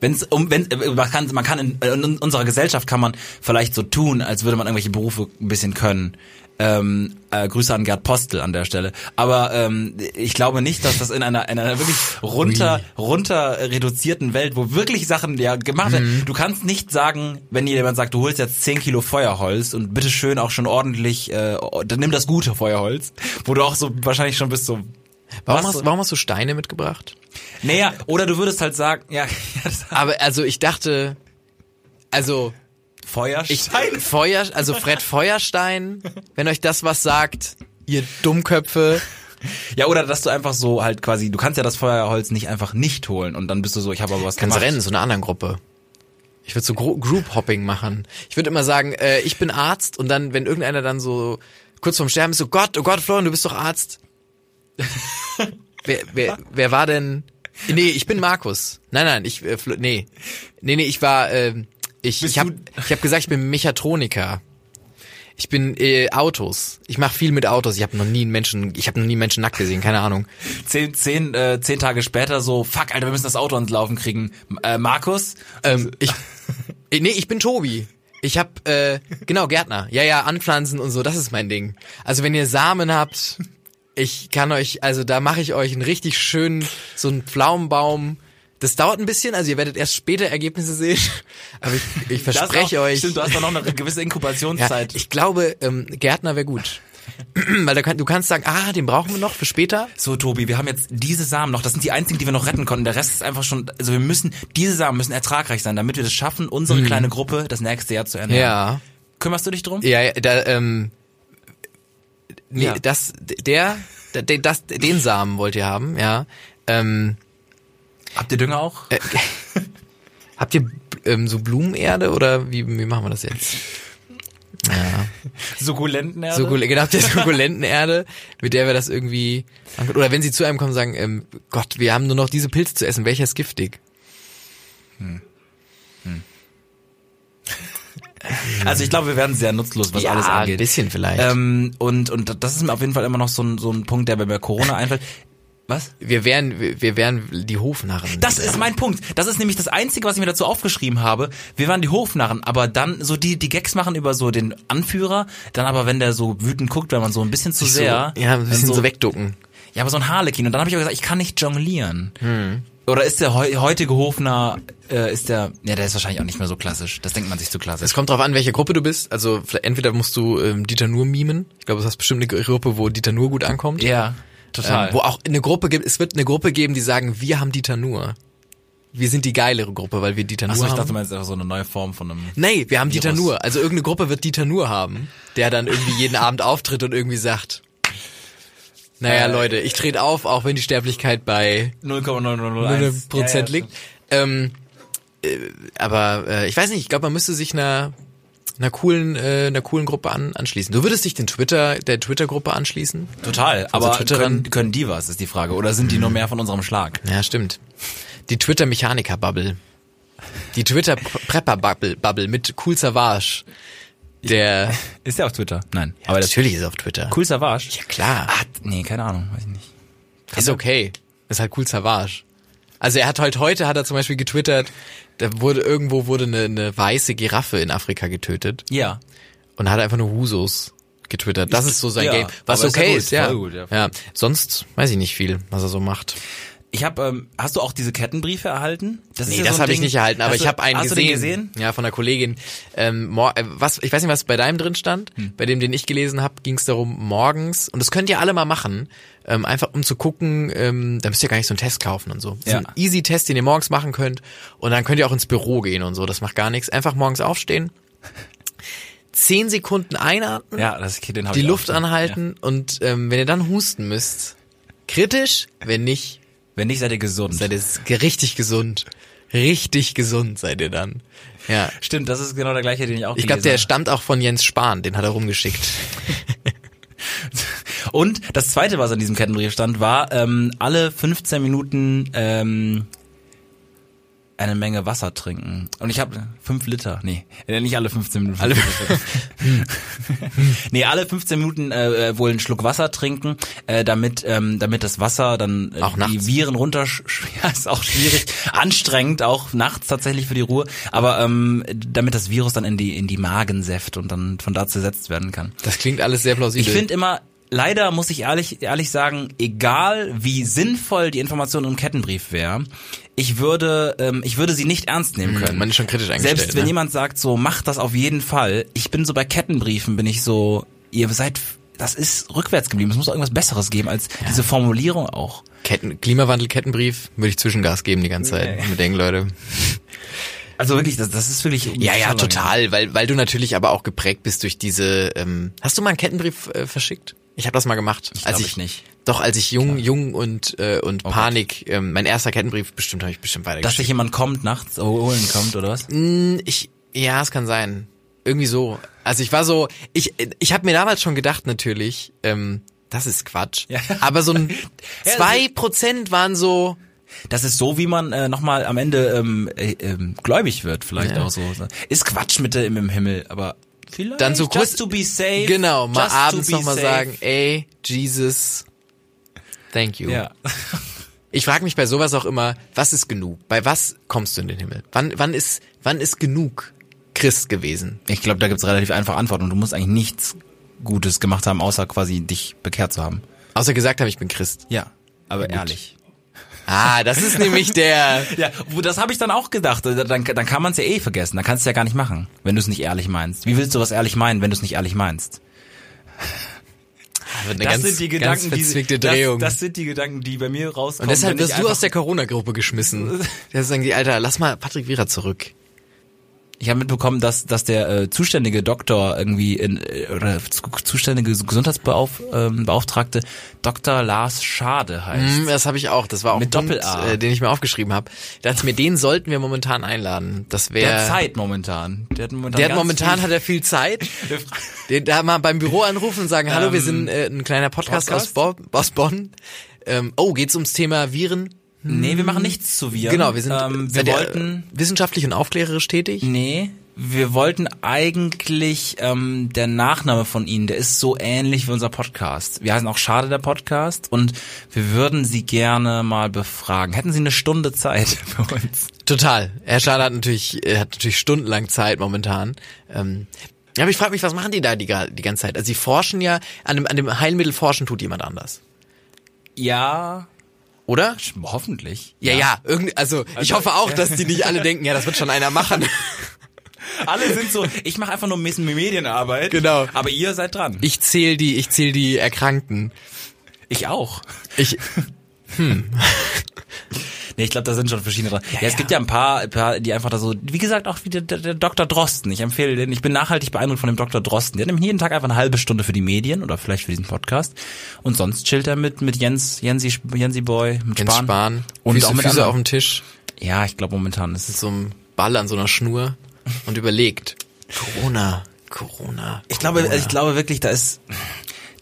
[SPEAKER 5] Wenn's um, wenn, äh, man kann, man kann in, äh, in unserer Gesellschaft kann man vielleicht so tun, als würde man irgendwelche Berufe ein bisschen können. Ähm, äh, Grüße an Gerd Postel an der Stelle. Aber ähm, ich glaube nicht, dass das in einer, in einer wirklich runter, runter reduzierten Welt, wo wirklich Sachen ja gemacht werden. Du kannst nicht sagen, wenn dir jemand sagt, du holst jetzt 10 Kilo Feuerholz und bitte schön auch schon ordentlich, äh, dann nimm das gute Feuerholz, wo du auch so wahrscheinlich schon bist so.
[SPEAKER 4] Warum,
[SPEAKER 5] was-
[SPEAKER 4] hast, warum hast du Steine mitgebracht?
[SPEAKER 5] naja, oder du würdest halt sagen, ja, *laughs* ja das
[SPEAKER 4] Aber also ich dachte, also ich
[SPEAKER 5] Feuerstein.
[SPEAKER 4] Feuer, also Fred Feuerstein, wenn euch das was sagt, ihr Dummköpfe.
[SPEAKER 5] ja, oder dass du einfach so halt quasi, du kannst ja das Feuerholz nicht einfach nicht holen und dann bist du so, ich habe aber was
[SPEAKER 4] Kannst
[SPEAKER 5] gemacht.
[SPEAKER 4] rennen, so einer anderen Gruppe. Ich würde so Gro Group Hopping machen. Ich würde immer sagen, äh, ich bin Arzt und dann, wenn irgendeiner dann so kurz vorm Sterben ist, so Gott, oh Gott, Florian, du bist
[SPEAKER 5] *laughs*
[SPEAKER 4] doch Arzt. wer, wer, wer war denn? Nee, ich bin Markus. Nein, nein, ich, äh, Flo- nee. Nee, nee, ich war, ähm, ich, ich habe
[SPEAKER 5] du-
[SPEAKER 4] ich hab gesagt, ich bin Mechatroniker. Ich bin äh, Autos. Ich mache viel mit Autos. Ich habe noch nie einen Menschen, ich habe noch nie einen Menschen nackt gesehen, keine Ahnung.
[SPEAKER 5] Zehn, zehn, äh, zehn Tage später so, fuck, Alter, wir müssen das Auto ans Laufen kriegen. Äh, Markus?
[SPEAKER 4] Ähm, ich,
[SPEAKER 5] *laughs*
[SPEAKER 4] äh, nee, ich bin Tobi. Ich hab, äh, genau, Gärtner. Ja, ja, anpflanzen und so, das ist mein Ding. Also wenn ihr Samen habt, ich kann euch, also da mache ich euch einen richtig schönen, so einen Pflaumenbaum. Das dauert ein bisschen, also ihr werdet erst später Ergebnisse sehen. *laughs* Aber ich, ich
[SPEAKER 5] Das
[SPEAKER 4] verspreche
[SPEAKER 5] auch,
[SPEAKER 4] euch.
[SPEAKER 5] Stimmt, du hast doch noch eine gewisse
[SPEAKER 4] ja,
[SPEAKER 5] Inkubationszeit.
[SPEAKER 4] ich glaube, ähm, Gärtner wäre gut. *clears throat* Weil da kann, du kannst sagen, ah, den brauchen wir noch für später.
[SPEAKER 5] so, Tobi, wir haben jetzt diese Samen noch. Das sind die einzigen, die wir noch retten konnten. Der Rest ist einfach schon, also wir müssen, diese Samen müssen ertragreich sein, damit wir das schaffen, unsere kleine Gruppe das nächste Jahr zu ernähren.
[SPEAKER 4] Mhm. Ja.
[SPEAKER 5] Kümmerst du dich drum?
[SPEAKER 4] Ja, ja, da, ähm, nee,
[SPEAKER 5] Ja.
[SPEAKER 4] das, der, der, der- das, den Samen wollt ihr haben, ja. Ähm,
[SPEAKER 5] Habt ihr Dünger auch? *laughs*
[SPEAKER 4] äh, habt ihr ähm, so Blumenerde oder wie, wie machen wir das jetzt? Ja,
[SPEAKER 5] Sukkulentenerde?
[SPEAKER 4] Sukkul genau, habt ihr Sukkulentenerde, mit der wir das irgendwie, oder wenn sie zu einem kommen, sagen, ähm, Gott, wir haben nur noch diese Pilze zu essen, welcher ist giftig? Mhm.
[SPEAKER 5] Also ich glaube, wir werden sehr nutzlos, was alles angeht.
[SPEAKER 4] ein bisschen vielleicht.
[SPEAKER 5] Ähm, und, und das ist mir auf jeden Fall immer noch so ein, so ein Punkt, der bei mir Corona einfällt. Was?
[SPEAKER 4] wir wären, wir, wir wären die Hofnarren.
[SPEAKER 5] Das ist mein Punkt. Das ist nämlich das Einzige, was ich mir dazu aufgeschrieben habe. Wir waren die Hofnarren, aber dann so die, die Gags machen über so den Anführer, dann aber wenn der so wütend guckt, wenn man so ein bisschen zu
[SPEAKER 4] so,
[SPEAKER 5] sehr. also
[SPEAKER 4] ja, ein bisschen
[SPEAKER 5] dann
[SPEAKER 4] so wegducken.
[SPEAKER 5] Ja, aber so ein Harlekin. Und dann habe ich auch gesagt, ich kann nicht jonglieren.
[SPEAKER 4] Hm.
[SPEAKER 5] Oder ist der heu heutige Hofner, äh, ist der, ja, der ist wahrscheinlich auch nicht mehr so klassisch. Das denkt man sich zu klassisch.
[SPEAKER 4] Es kommt drauf an, welche Gruppe du bist. Also vielleicht- entweder musst du ähm, Dieter Nur mimen. Ich glaube, du hast bestimmt eine Gruppe, wo Dieter Nur gut ankommt.
[SPEAKER 5] Ja,
[SPEAKER 4] Ähm,
[SPEAKER 5] total.
[SPEAKER 4] wo auch eine Gruppe gibt, es wird eine Gruppe geben, die sagen, wir haben Dieter Nur. Wir sind die geilere Gruppe, weil wir Dieter
[SPEAKER 5] Achso,
[SPEAKER 4] Nur
[SPEAKER 5] ich dachte,
[SPEAKER 4] haben.
[SPEAKER 5] man ist einfach so eine neue Form von einem.
[SPEAKER 4] Nee, wir haben Dieter
[SPEAKER 5] Virus.
[SPEAKER 4] Nur. Also irgendeine Gruppe wird Dieter Nur haben, der dann irgendwie
[SPEAKER 5] *laughs*
[SPEAKER 4] jeden Abend auftritt und irgendwie sagt, naja,
[SPEAKER 5] Äh.
[SPEAKER 4] Leute, ich trete auf, auch wenn die Sterblichkeit bei
[SPEAKER 5] 0,001
[SPEAKER 4] 0,01 Prozent liegt. Ähm, äh, aber äh, ich weiß nicht, ich glaube, man müsste sich einer einer coolen äh, einer coolen Gruppe an, anschließen. Du würdest dich den Twitter der Twitter Gruppe anschließen?
[SPEAKER 5] Total, aber
[SPEAKER 4] Twitterern-
[SPEAKER 5] können, können die was, ist die Frage. Oder sind die nur mehr von unserem Schlag?
[SPEAKER 4] Ja, stimmt. Die Twitter Mechaniker Bubble. Die Twitter Prepper Bubble Bubble mit Cool Savage. Der *laughs*
[SPEAKER 5] Ist der auf Twitter? Nein. aber das
[SPEAKER 4] natürlich ist er auf Twitter.
[SPEAKER 5] Cool Savage?
[SPEAKER 4] Klar, Also-
[SPEAKER 5] Ah, nee, keine Ahnung, weiß ich nicht.
[SPEAKER 4] ist okay. Ist halt Cool Savage. Also er hat halt heute hat er zum Beispiel getwittert, da wurde irgendwo wurde eine, eine weiße Giraffe in Afrika getötet.
[SPEAKER 5] Ja.
[SPEAKER 4] und hat einfach nur Husos getwittert. Das ist so sein
[SPEAKER 5] Ja,
[SPEAKER 4] Game. Was
[SPEAKER 5] aber ist ja
[SPEAKER 4] okay
[SPEAKER 5] gut,
[SPEAKER 4] ist, ja.
[SPEAKER 5] voll gut, ja.
[SPEAKER 4] ja. Sonst weiß ich nicht viel, was er so macht.
[SPEAKER 5] Ich habe, ähm, hast du auch diese Kettenbriefe erhalten? Das
[SPEAKER 4] Nee,
[SPEAKER 5] ja
[SPEAKER 4] das
[SPEAKER 5] so ein
[SPEAKER 4] habe ich
[SPEAKER 5] Ding.
[SPEAKER 4] nicht erhalten, aber
[SPEAKER 5] hast
[SPEAKER 4] ich habe einen
[SPEAKER 5] hast
[SPEAKER 4] gesehen.
[SPEAKER 5] Du den gesehen?
[SPEAKER 4] Ja, von einer Kollegin. Ähm, mor- äh, was, ich weiß nicht, was bei deinem drin stand.
[SPEAKER 5] Hm.
[SPEAKER 4] Bei dem, den ich gelesen habe, ging es darum, morgens, und das könnt ihr alle mal machen, ähm, einfach um zu gucken, ähm, da müsst ihr gar nicht so einen Test kaufen und so.
[SPEAKER 5] Ja.
[SPEAKER 4] So ein easy Test, den ihr morgens machen könnt. Und dann könnt ihr auch ins Büro gehen und so. Das macht gar nichts. Einfach morgens aufstehen, zehn Sekunden einatmen.
[SPEAKER 5] Ja, das, den habe
[SPEAKER 4] die
[SPEAKER 5] ich
[SPEAKER 4] Luft
[SPEAKER 5] auch gesehen. Ja.
[SPEAKER 4] anhalten und ähm, wenn ihr dann husten müsst, kritisch, wenn nicht,
[SPEAKER 5] Wenn nicht, seid ihr gesund.
[SPEAKER 4] seid ihr s- richtig gesund. Richtig gesund seid ihr dann. Ja.
[SPEAKER 5] Stimmt, das ist genau der gleiche, den ich auch
[SPEAKER 4] Ich glaube, der
[SPEAKER 5] gelesen
[SPEAKER 4] stammt auch von Jens Spahn, den hat er rumgeschickt.
[SPEAKER 5] habe. Und das zweite, was an diesem Kettenbrief stand, war ähm, alle 15 Minuten ähm, eine Menge Wasser trinken. Und ich habe fünf Liter. Nee, äh, nicht alle 15 Minuten. Alle
[SPEAKER 4] *laughs*
[SPEAKER 5] nee, alle 15 Minuten äh, äh, wohl einen Schluck Wasser trinken, äh, damit ähm, damit das Wasser dann äh,
[SPEAKER 4] Auch
[SPEAKER 5] die
[SPEAKER 4] nachts.
[SPEAKER 5] Viren runter *laughs* ja, ist auch schwierig, anstrengend auch nachts tatsächlich für die Ruhe, aber ähm, damit das Virus dann in die in die Magen säfft und dann von da zersetzt werden kann.
[SPEAKER 4] Das klingt alles sehr plausibel.
[SPEAKER 5] Ich finde immer, leider muss ich ehrlich, ehrlich sagen, egal wie sinnvoll die Information im Kettenbrief wäre, ich würde, ähm, ich würde sie nicht ernst nehmen können.
[SPEAKER 4] man ist schon kritisch eingestellt,
[SPEAKER 5] Selbst wenn
[SPEAKER 4] ne?
[SPEAKER 5] jemand sagt, so macht das auf jeden Fall. Ich bin so bei Kettenbriefen, bin ich so, ihr seid, das ist rückwärts geblieben. Es muss irgendwas Besseres geben als diese Formulierung auch.
[SPEAKER 4] Ketten, Klimawandel-Kettenbrief würde ich Zwischengas geben die ganze Zeit. Nee. Mit denken, Leute.
[SPEAKER 5] Also wirklich, das, das ist wirklich.
[SPEAKER 4] Ja, ja, total, weil, weil du natürlich aber auch geprägt bist durch diese. Ähm, hast du mal einen Kettenbrief äh, verschickt? Ich habe das mal gemacht. Ich
[SPEAKER 5] glaub, ich nicht. Oh
[SPEAKER 4] Doch, als ich jung, jung und äh, und Panik, ähm, mein erster Kettenbrief bestimmt habe ich bestimmt
[SPEAKER 5] Dass
[SPEAKER 4] weitergeschickt. Hm,
[SPEAKER 5] sich jemand kommt nachts, oh, holen kommt oder was?
[SPEAKER 4] Ich, ja, es kann sein. Irgendwie so. Also ich war so, ich, ich habe mir damals schon gedacht natürlich, ähm, das ist Quatsch.
[SPEAKER 5] Ja. *laughs*
[SPEAKER 4] Aber so ein
[SPEAKER 5] Ja,
[SPEAKER 4] zwei Prozent waren so.
[SPEAKER 5] Das ist so, wie man äh, nochmal am Ende ähm, äh, ähm, gläubig wird, vielleicht
[SPEAKER 4] Ja.
[SPEAKER 5] auch so. Ist Quatsch mit im, im Himmel, aber vielleicht
[SPEAKER 4] Dann so kurz-
[SPEAKER 5] just to be safe.
[SPEAKER 4] Genau, mal
[SPEAKER 5] just to
[SPEAKER 4] abends
[SPEAKER 5] be
[SPEAKER 4] nochmal
[SPEAKER 5] safe.
[SPEAKER 4] sagen, ey, Jesus, thank you.
[SPEAKER 5] Ja.
[SPEAKER 4] Ich frage mich bei sowas auch immer, was ist genug? Bei was kommst du in den Himmel? Wann, wann ist, wann ist genug Christ gewesen?
[SPEAKER 5] *laughs* Ich glaube, da gibt's relativ einfache Antworten und du musst eigentlich nichts Gutes gemacht haben, außer quasi dich bekehrt zu haben.
[SPEAKER 4] Außer gesagt haben, ich bin Christ.
[SPEAKER 5] Ja, aber ehrlich.
[SPEAKER 4] Ah, das ist nämlich
[SPEAKER 5] *laughs*
[SPEAKER 4] der.
[SPEAKER 5] Ja, wo- das habe ich dann auch gedacht. Dann, dann kann man es ja eh vergessen. Dann kannst du ja gar nicht machen, wenn du es nicht ehrlich meinst. Wie willst du was ehrlich meinen, wenn du es nicht ehrlich meinst?
[SPEAKER 4] Das,
[SPEAKER 5] das sind die Gedanken,
[SPEAKER 4] Ah, ganz
[SPEAKER 5] die
[SPEAKER 4] verzwickte Drehung.
[SPEAKER 5] Das, das sind die Gedanken, die bei mir rauskommen.
[SPEAKER 4] Und deshalb
[SPEAKER 5] wenn ich
[SPEAKER 4] wirst du
[SPEAKER 5] einfach-
[SPEAKER 4] aus der
[SPEAKER 5] *laughs*
[SPEAKER 4] Corona-Gruppe geschmissen. Das sagen die, Alter, lass mal Patrick Wierer zurück.
[SPEAKER 5] Ich habe mitbekommen, dass dass der äh, zuständige Doktor irgendwie in äh, oder zu- zuständige Gesundheitsbeauftragte ähm, Beauftragte Dr. Lars Schade heißt.
[SPEAKER 4] Hm, das habe ich auch. Das war auch
[SPEAKER 5] Mit
[SPEAKER 4] ein
[SPEAKER 5] Doppel-A.
[SPEAKER 4] Punkt, äh, den ich mir aufgeschrieben habe. Da dachte ich mir, den sollten wir momentan einladen. Das
[SPEAKER 5] Der
[SPEAKER 4] wäre.
[SPEAKER 5] hat Zeit momentan. Der hat momentan,
[SPEAKER 4] Der hat
[SPEAKER 5] ganz
[SPEAKER 4] momentan
[SPEAKER 5] viel-
[SPEAKER 4] hat er
[SPEAKER 5] *laughs*
[SPEAKER 4] viel Zeit. Den da mal beim Büro anrufen und sagen, hallo, wir
[SPEAKER 5] Ähm,
[SPEAKER 4] sind äh, ein kleiner Podcast,
[SPEAKER 5] Podcast?
[SPEAKER 4] Aus, Bo aus Bonn. Ähm, oh, geht's ums Thema Viren?
[SPEAKER 5] Nee, wir machen nichts zu Viren.
[SPEAKER 4] Genau, wir sind
[SPEAKER 5] ähm, wir
[SPEAKER 4] seid ihr, äh,
[SPEAKER 5] wollten Mhm.
[SPEAKER 4] wissenschaftlich und aufklärerisch tätig.
[SPEAKER 5] Nee, wir wollten eigentlich ähm, der Nachname von ihnen, der ist so ähnlich wie unser Podcast. Wir heißen auch Schade der Podcast und wir würden sie gerne mal befragen. Hätten sie eine Stunde Zeit *laughs* für uns?
[SPEAKER 4] Total. Herr Schader hat natürlich äh, hat natürlich stundenlang Zeit momentan. Ähm, ja, aber ich frage mich, was machen die da die, ga- die ganze Zeit? Also sie forschen ja an dem an dem Heilmittel forschen tut jemand anders,
[SPEAKER 5] Ja,
[SPEAKER 4] oder?
[SPEAKER 5] hoffentlich.
[SPEAKER 4] Ja, ja, irgend, also, ich hoffe auch, dass die nicht alle denken, ja, das wird
[SPEAKER 5] *laughs*
[SPEAKER 4] schon einer machen.
[SPEAKER 5] Alle sind so, ich mache einfach nur ein bisschen Medienarbeit.
[SPEAKER 4] Genau.
[SPEAKER 5] Aber ihr seid dran.
[SPEAKER 4] Ich zähl die, ich zähl die Erkrankten.
[SPEAKER 5] ich auch.
[SPEAKER 4] Ich,
[SPEAKER 5] Nee, ich glaube, da sind schon verschiedene dran. Ja, es gibt ja ein paar, ein paar, die einfach da so, wie gesagt, auch wie der, der, der Dr. Drosten. Ich empfehle den, ich bin nachhaltig beeindruckt von dem Dr. Drosten. Der nimmt jeden Tag einfach eine halbe Stunde für die Medien oder vielleicht für diesen Podcast. Und sonst chillt er mit, mit Jens, Jensi, Jensi Boy, mit
[SPEAKER 4] Jens
[SPEAKER 5] Spahn.
[SPEAKER 4] Spahn.
[SPEAKER 5] Und
[SPEAKER 4] Füße,
[SPEAKER 5] auch mit
[SPEAKER 4] Füße auf
[SPEAKER 5] anderen.
[SPEAKER 4] dem Tisch.
[SPEAKER 5] Ja, ich glaube momentan ist es.
[SPEAKER 4] so einem Ball an so einer Schnur und überlegt. Corona, Corona.
[SPEAKER 5] Ich glaube, also ich glaube wirklich, da ist,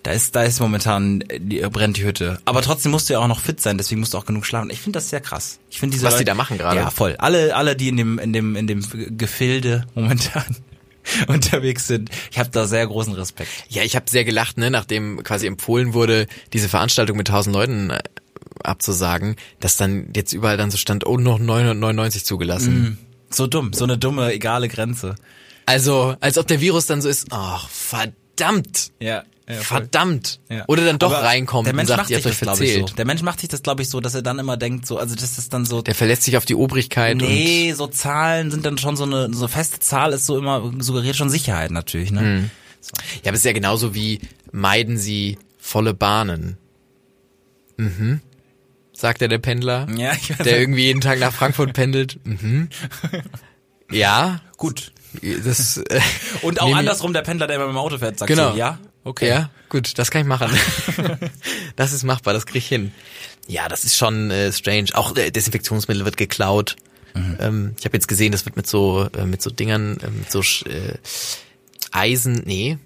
[SPEAKER 5] da ist, da ist momentan, äh, die, brennt die Hütte. Aber trotzdem musst du ja auch noch fit sein, deswegen musst du auch genug schlafen. Ich finde das sehr krass. Ich finde diese
[SPEAKER 4] Was die
[SPEAKER 5] Leute-
[SPEAKER 4] da machen gerade.
[SPEAKER 5] Ja, voll. Alle, alle, die in dem, in dem, in dem Gefilde momentan *laughs* unterwegs sind. Ich habe da sehr großen Respekt.
[SPEAKER 4] Ja, ich habe sehr gelacht, ne, nachdem quasi empfohlen wurde, diese Veranstaltung mit 1000 Leuten äh, abzusagen, dass dann jetzt überall dann so stand, oh, noch 999 zugelassen.
[SPEAKER 5] Mhm. So dumm, so eine dumme, egale Grenze.
[SPEAKER 4] Also, als ob der Virus dann so ist, ach, verdammt.
[SPEAKER 5] Ja.
[SPEAKER 4] Verdammt. Oder dann doch
[SPEAKER 5] Aber
[SPEAKER 4] reinkommt
[SPEAKER 5] der
[SPEAKER 4] und
[SPEAKER 5] Mensch
[SPEAKER 4] sagt,
[SPEAKER 5] macht
[SPEAKER 4] ihr
[SPEAKER 5] sich
[SPEAKER 4] habt euch
[SPEAKER 5] das, glaube ich, so.
[SPEAKER 4] verzählt.
[SPEAKER 5] Der Mensch macht sich das, glaube ich, so, dass er dann immer denkt, so, also das ist dann so,
[SPEAKER 4] Der verlässt sich auf die Obrigkeit und
[SPEAKER 5] Nee, so Zahlen sind dann schon so eine, so feste Zahl ist so immer, suggeriert schon Sicherheit natürlich, ne?
[SPEAKER 4] Mhm. ja, aber es ist ja genauso wie meiden sie volle Bahnen. Mhm. Sagt ja der Pendler.
[SPEAKER 5] Ja, ich weiß
[SPEAKER 4] der irgendwie jeden Tag nach Frankfurt pendelt. Mhm. Ja,
[SPEAKER 5] Gut.
[SPEAKER 4] das. Äh,
[SPEAKER 5] *laughs* Und auch
[SPEAKER 4] nehme ich-
[SPEAKER 5] andersrum, der Pendler, der immer mit dem Auto fährt, sagt
[SPEAKER 4] Genau.
[SPEAKER 5] so, ja, okay.
[SPEAKER 4] Ja, gut, das kann
[SPEAKER 5] *laughs*
[SPEAKER 4] ich machen. das ist machbar, das krieg ich hin. Ja, das ist schon äh, strange. Auch äh, Desinfektionsmittel wird geklaut.
[SPEAKER 5] Mhm.
[SPEAKER 4] Ähm, ich habe jetzt gesehen, das wird mit so äh, mit so Dingern, äh, mit so Sch- äh, Eisen, nee,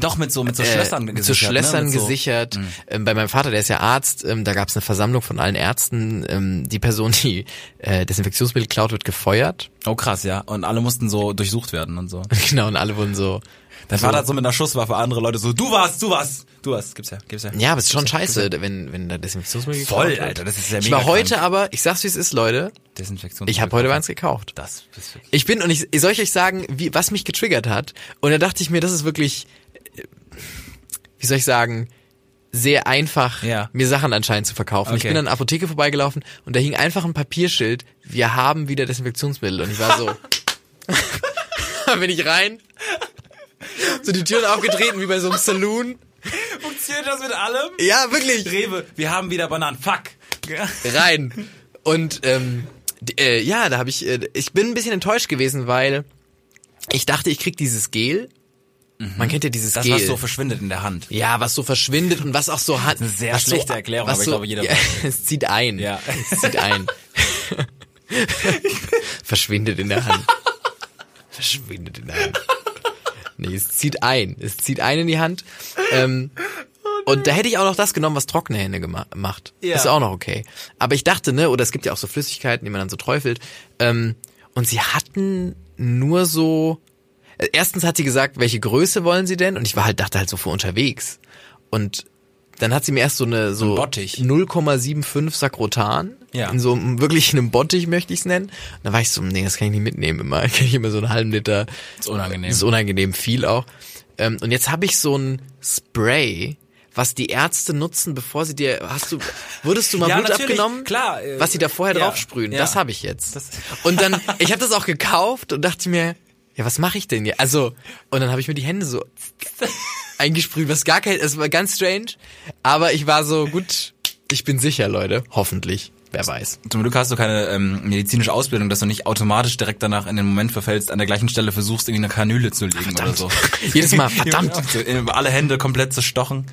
[SPEAKER 5] Doch, mit so, mit so Schlössern
[SPEAKER 4] äh,
[SPEAKER 5] gesichert.
[SPEAKER 4] zu Schlössern
[SPEAKER 5] ne? Mit so-
[SPEAKER 4] gesichert. Ähm, bei meinem Vater, der ist ja Arzt, ähm, da gab es eine Versammlung von allen Ärzten. Ähm, die Person, die äh, Desinfektionsmittel klaut, wird gefeuert. *laughs*
[SPEAKER 5] Oh krass, ja. Und alle mussten so durchsucht werden und so.
[SPEAKER 4] genau, und alle wurden so.
[SPEAKER 5] Dann war das so mit einer Schusswaffe andere Leute so, du warst, du warst, du warst. Gibt's ja, gibt's ja.
[SPEAKER 4] Ja, aber es ist schon scheiße, wenn, wenn da Desinfektionsmittel
[SPEAKER 5] Voll,
[SPEAKER 4] geklaut wird.
[SPEAKER 5] Alter, das ist ja
[SPEAKER 4] Ich
[SPEAKER 5] mega
[SPEAKER 4] war heute
[SPEAKER 5] krank.
[SPEAKER 4] aber, ich sag's wie es ist, Leute,
[SPEAKER 5] Desinfektion.
[SPEAKER 4] ich habe
[SPEAKER 5] *laughs*
[SPEAKER 4] heute eins gekauft.
[SPEAKER 5] Das ist
[SPEAKER 4] Ich bin und ich soll ich euch sagen, wie, was mich getriggert hat. Und da dachte ich mir, das ist wirklich, äh, wie soll ich sagen, sehr einfach,
[SPEAKER 5] Ja.
[SPEAKER 4] mir Sachen anscheinend zu verkaufen. Ich
[SPEAKER 5] Okay.
[SPEAKER 4] bin an einer Apotheke vorbeigelaufen und da hing einfach ein Papierschild: Wir haben wieder Desinfektionsmittel. Und ich war so, *laughs* da bin ich rein, so die Türen aufgetreten wie bei so einem Saloon.
[SPEAKER 5] Funktioniert das mit allem?
[SPEAKER 4] Ja, wirklich.
[SPEAKER 5] Rewe, wir haben wieder Bananen. Fuck.
[SPEAKER 4] rein. Und ähm, d- äh, ja, da habe ich, äh, ich bin ein bisschen enttäuscht gewesen, weil ich dachte, ich krieg dieses Gel. Man kennt ja dieses
[SPEAKER 5] Mhm. Das,
[SPEAKER 4] Gel.
[SPEAKER 5] was so verschwindet in der Hand.
[SPEAKER 4] ja, was so verschwindet und was auch so hat.
[SPEAKER 5] eine sehr
[SPEAKER 4] was
[SPEAKER 5] schlechte Erklärung,
[SPEAKER 4] was
[SPEAKER 5] aber ich glaube, jeder
[SPEAKER 4] *laughs* ja,
[SPEAKER 5] weiß
[SPEAKER 4] Es zieht ein.
[SPEAKER 5] Ja.
[SPEAKER 4] Es zieht
[SPEAKER 5] *laughs*
[SPEAKER 4] ein. verschwindet in der
[SPEAKER 5] *laughs*
[SPEAKER 4] Hand. Verschwindet in der Hand. Nee, es zieht ein. Es zieht ein in die Hand. Ähm, und da hätte ich auch noch das genommen, was trockene Hände gema- macht.
[SPEAKER 5] Ja.
[SPEAKER 4] Ist auch noch okay. Aber ich dachte, ne, oder es gibt ja auch so Flüssigkeiten, die man dann so träufelt. Ähm, und sie hatten nur so. äh, Erstens hat sie gesagt, welche Größe wollen sie denn? Und ich war halt, dachte halt so für unterwegs. Und dann hat sie mir erst so eine so
[SPEAKER 5] Ein Bottich.
[SPEAKER 4] 0,75 Sakrotan.
[SPEAKER 5] Ja.
[SPEAKER 4] In so einem, wirklich einem Bottich möchte ich es nennen. Und da war ich so, nee, das kann ich nicht mitnehmen immer. *laughs* Kann ich immer so einen halben Liter.
[SPEAKER 5] Ist unangenehm.
[SPEAKER 4] Ist unangenehm viel auch. Ähm, und jetzt habe ich so ein Spray, was die Ärzte nutzen, bevor sie dir. Hast du, wurdest du
[SPEAKER 5] *laughs*
[SPEAKER 4] mal
[SPEAKER 5] Ja,
[SPEAKER 4] Blut
[SPEAKER 5] natürlich,
[SPEAKER 4] abgenommen?
[SPEAKER 5] klar, äh,
[SPEAKER 4] was sie da vorher
[SPEAKER 5] ja,
[SPEAKER 4] draufsprühen.
[SPEAKER 5] ja.
[SPEAKER 4] Das habe ich jetzt.
[SPEAKER 5] Das- *laughs*
[SPEAKER 4] und dann, ich habe das auch gekauft und dachte mir, ja, was mache ich denn hier? Also, und dann habe ich mir die
[SPEAKER 5] *laughs*
[SPEAKER 4] Hände so eingesprüht, was gar kein, es war ganz strange, aber ich war so, gut, ich bin sicher, Leute, hoffentlich, wer weiß.
[SPEAKER 5] Zum Glück hast du keine ähm, medizinische Ausbildung, dass du nicht automatisch direkt danach in den Moment verfällst, an der gleichen Stelle versuchst, irgendwie eine Kanüle zu legen oder so.
[SPEAKER 4] *laughs* Jedes
[SPEAKER 5] *laughs*
[SPEAKER 4] Mal, verdammt.
[SPEAKER 5] Verdammt. Alle Hände komplett zerstochen.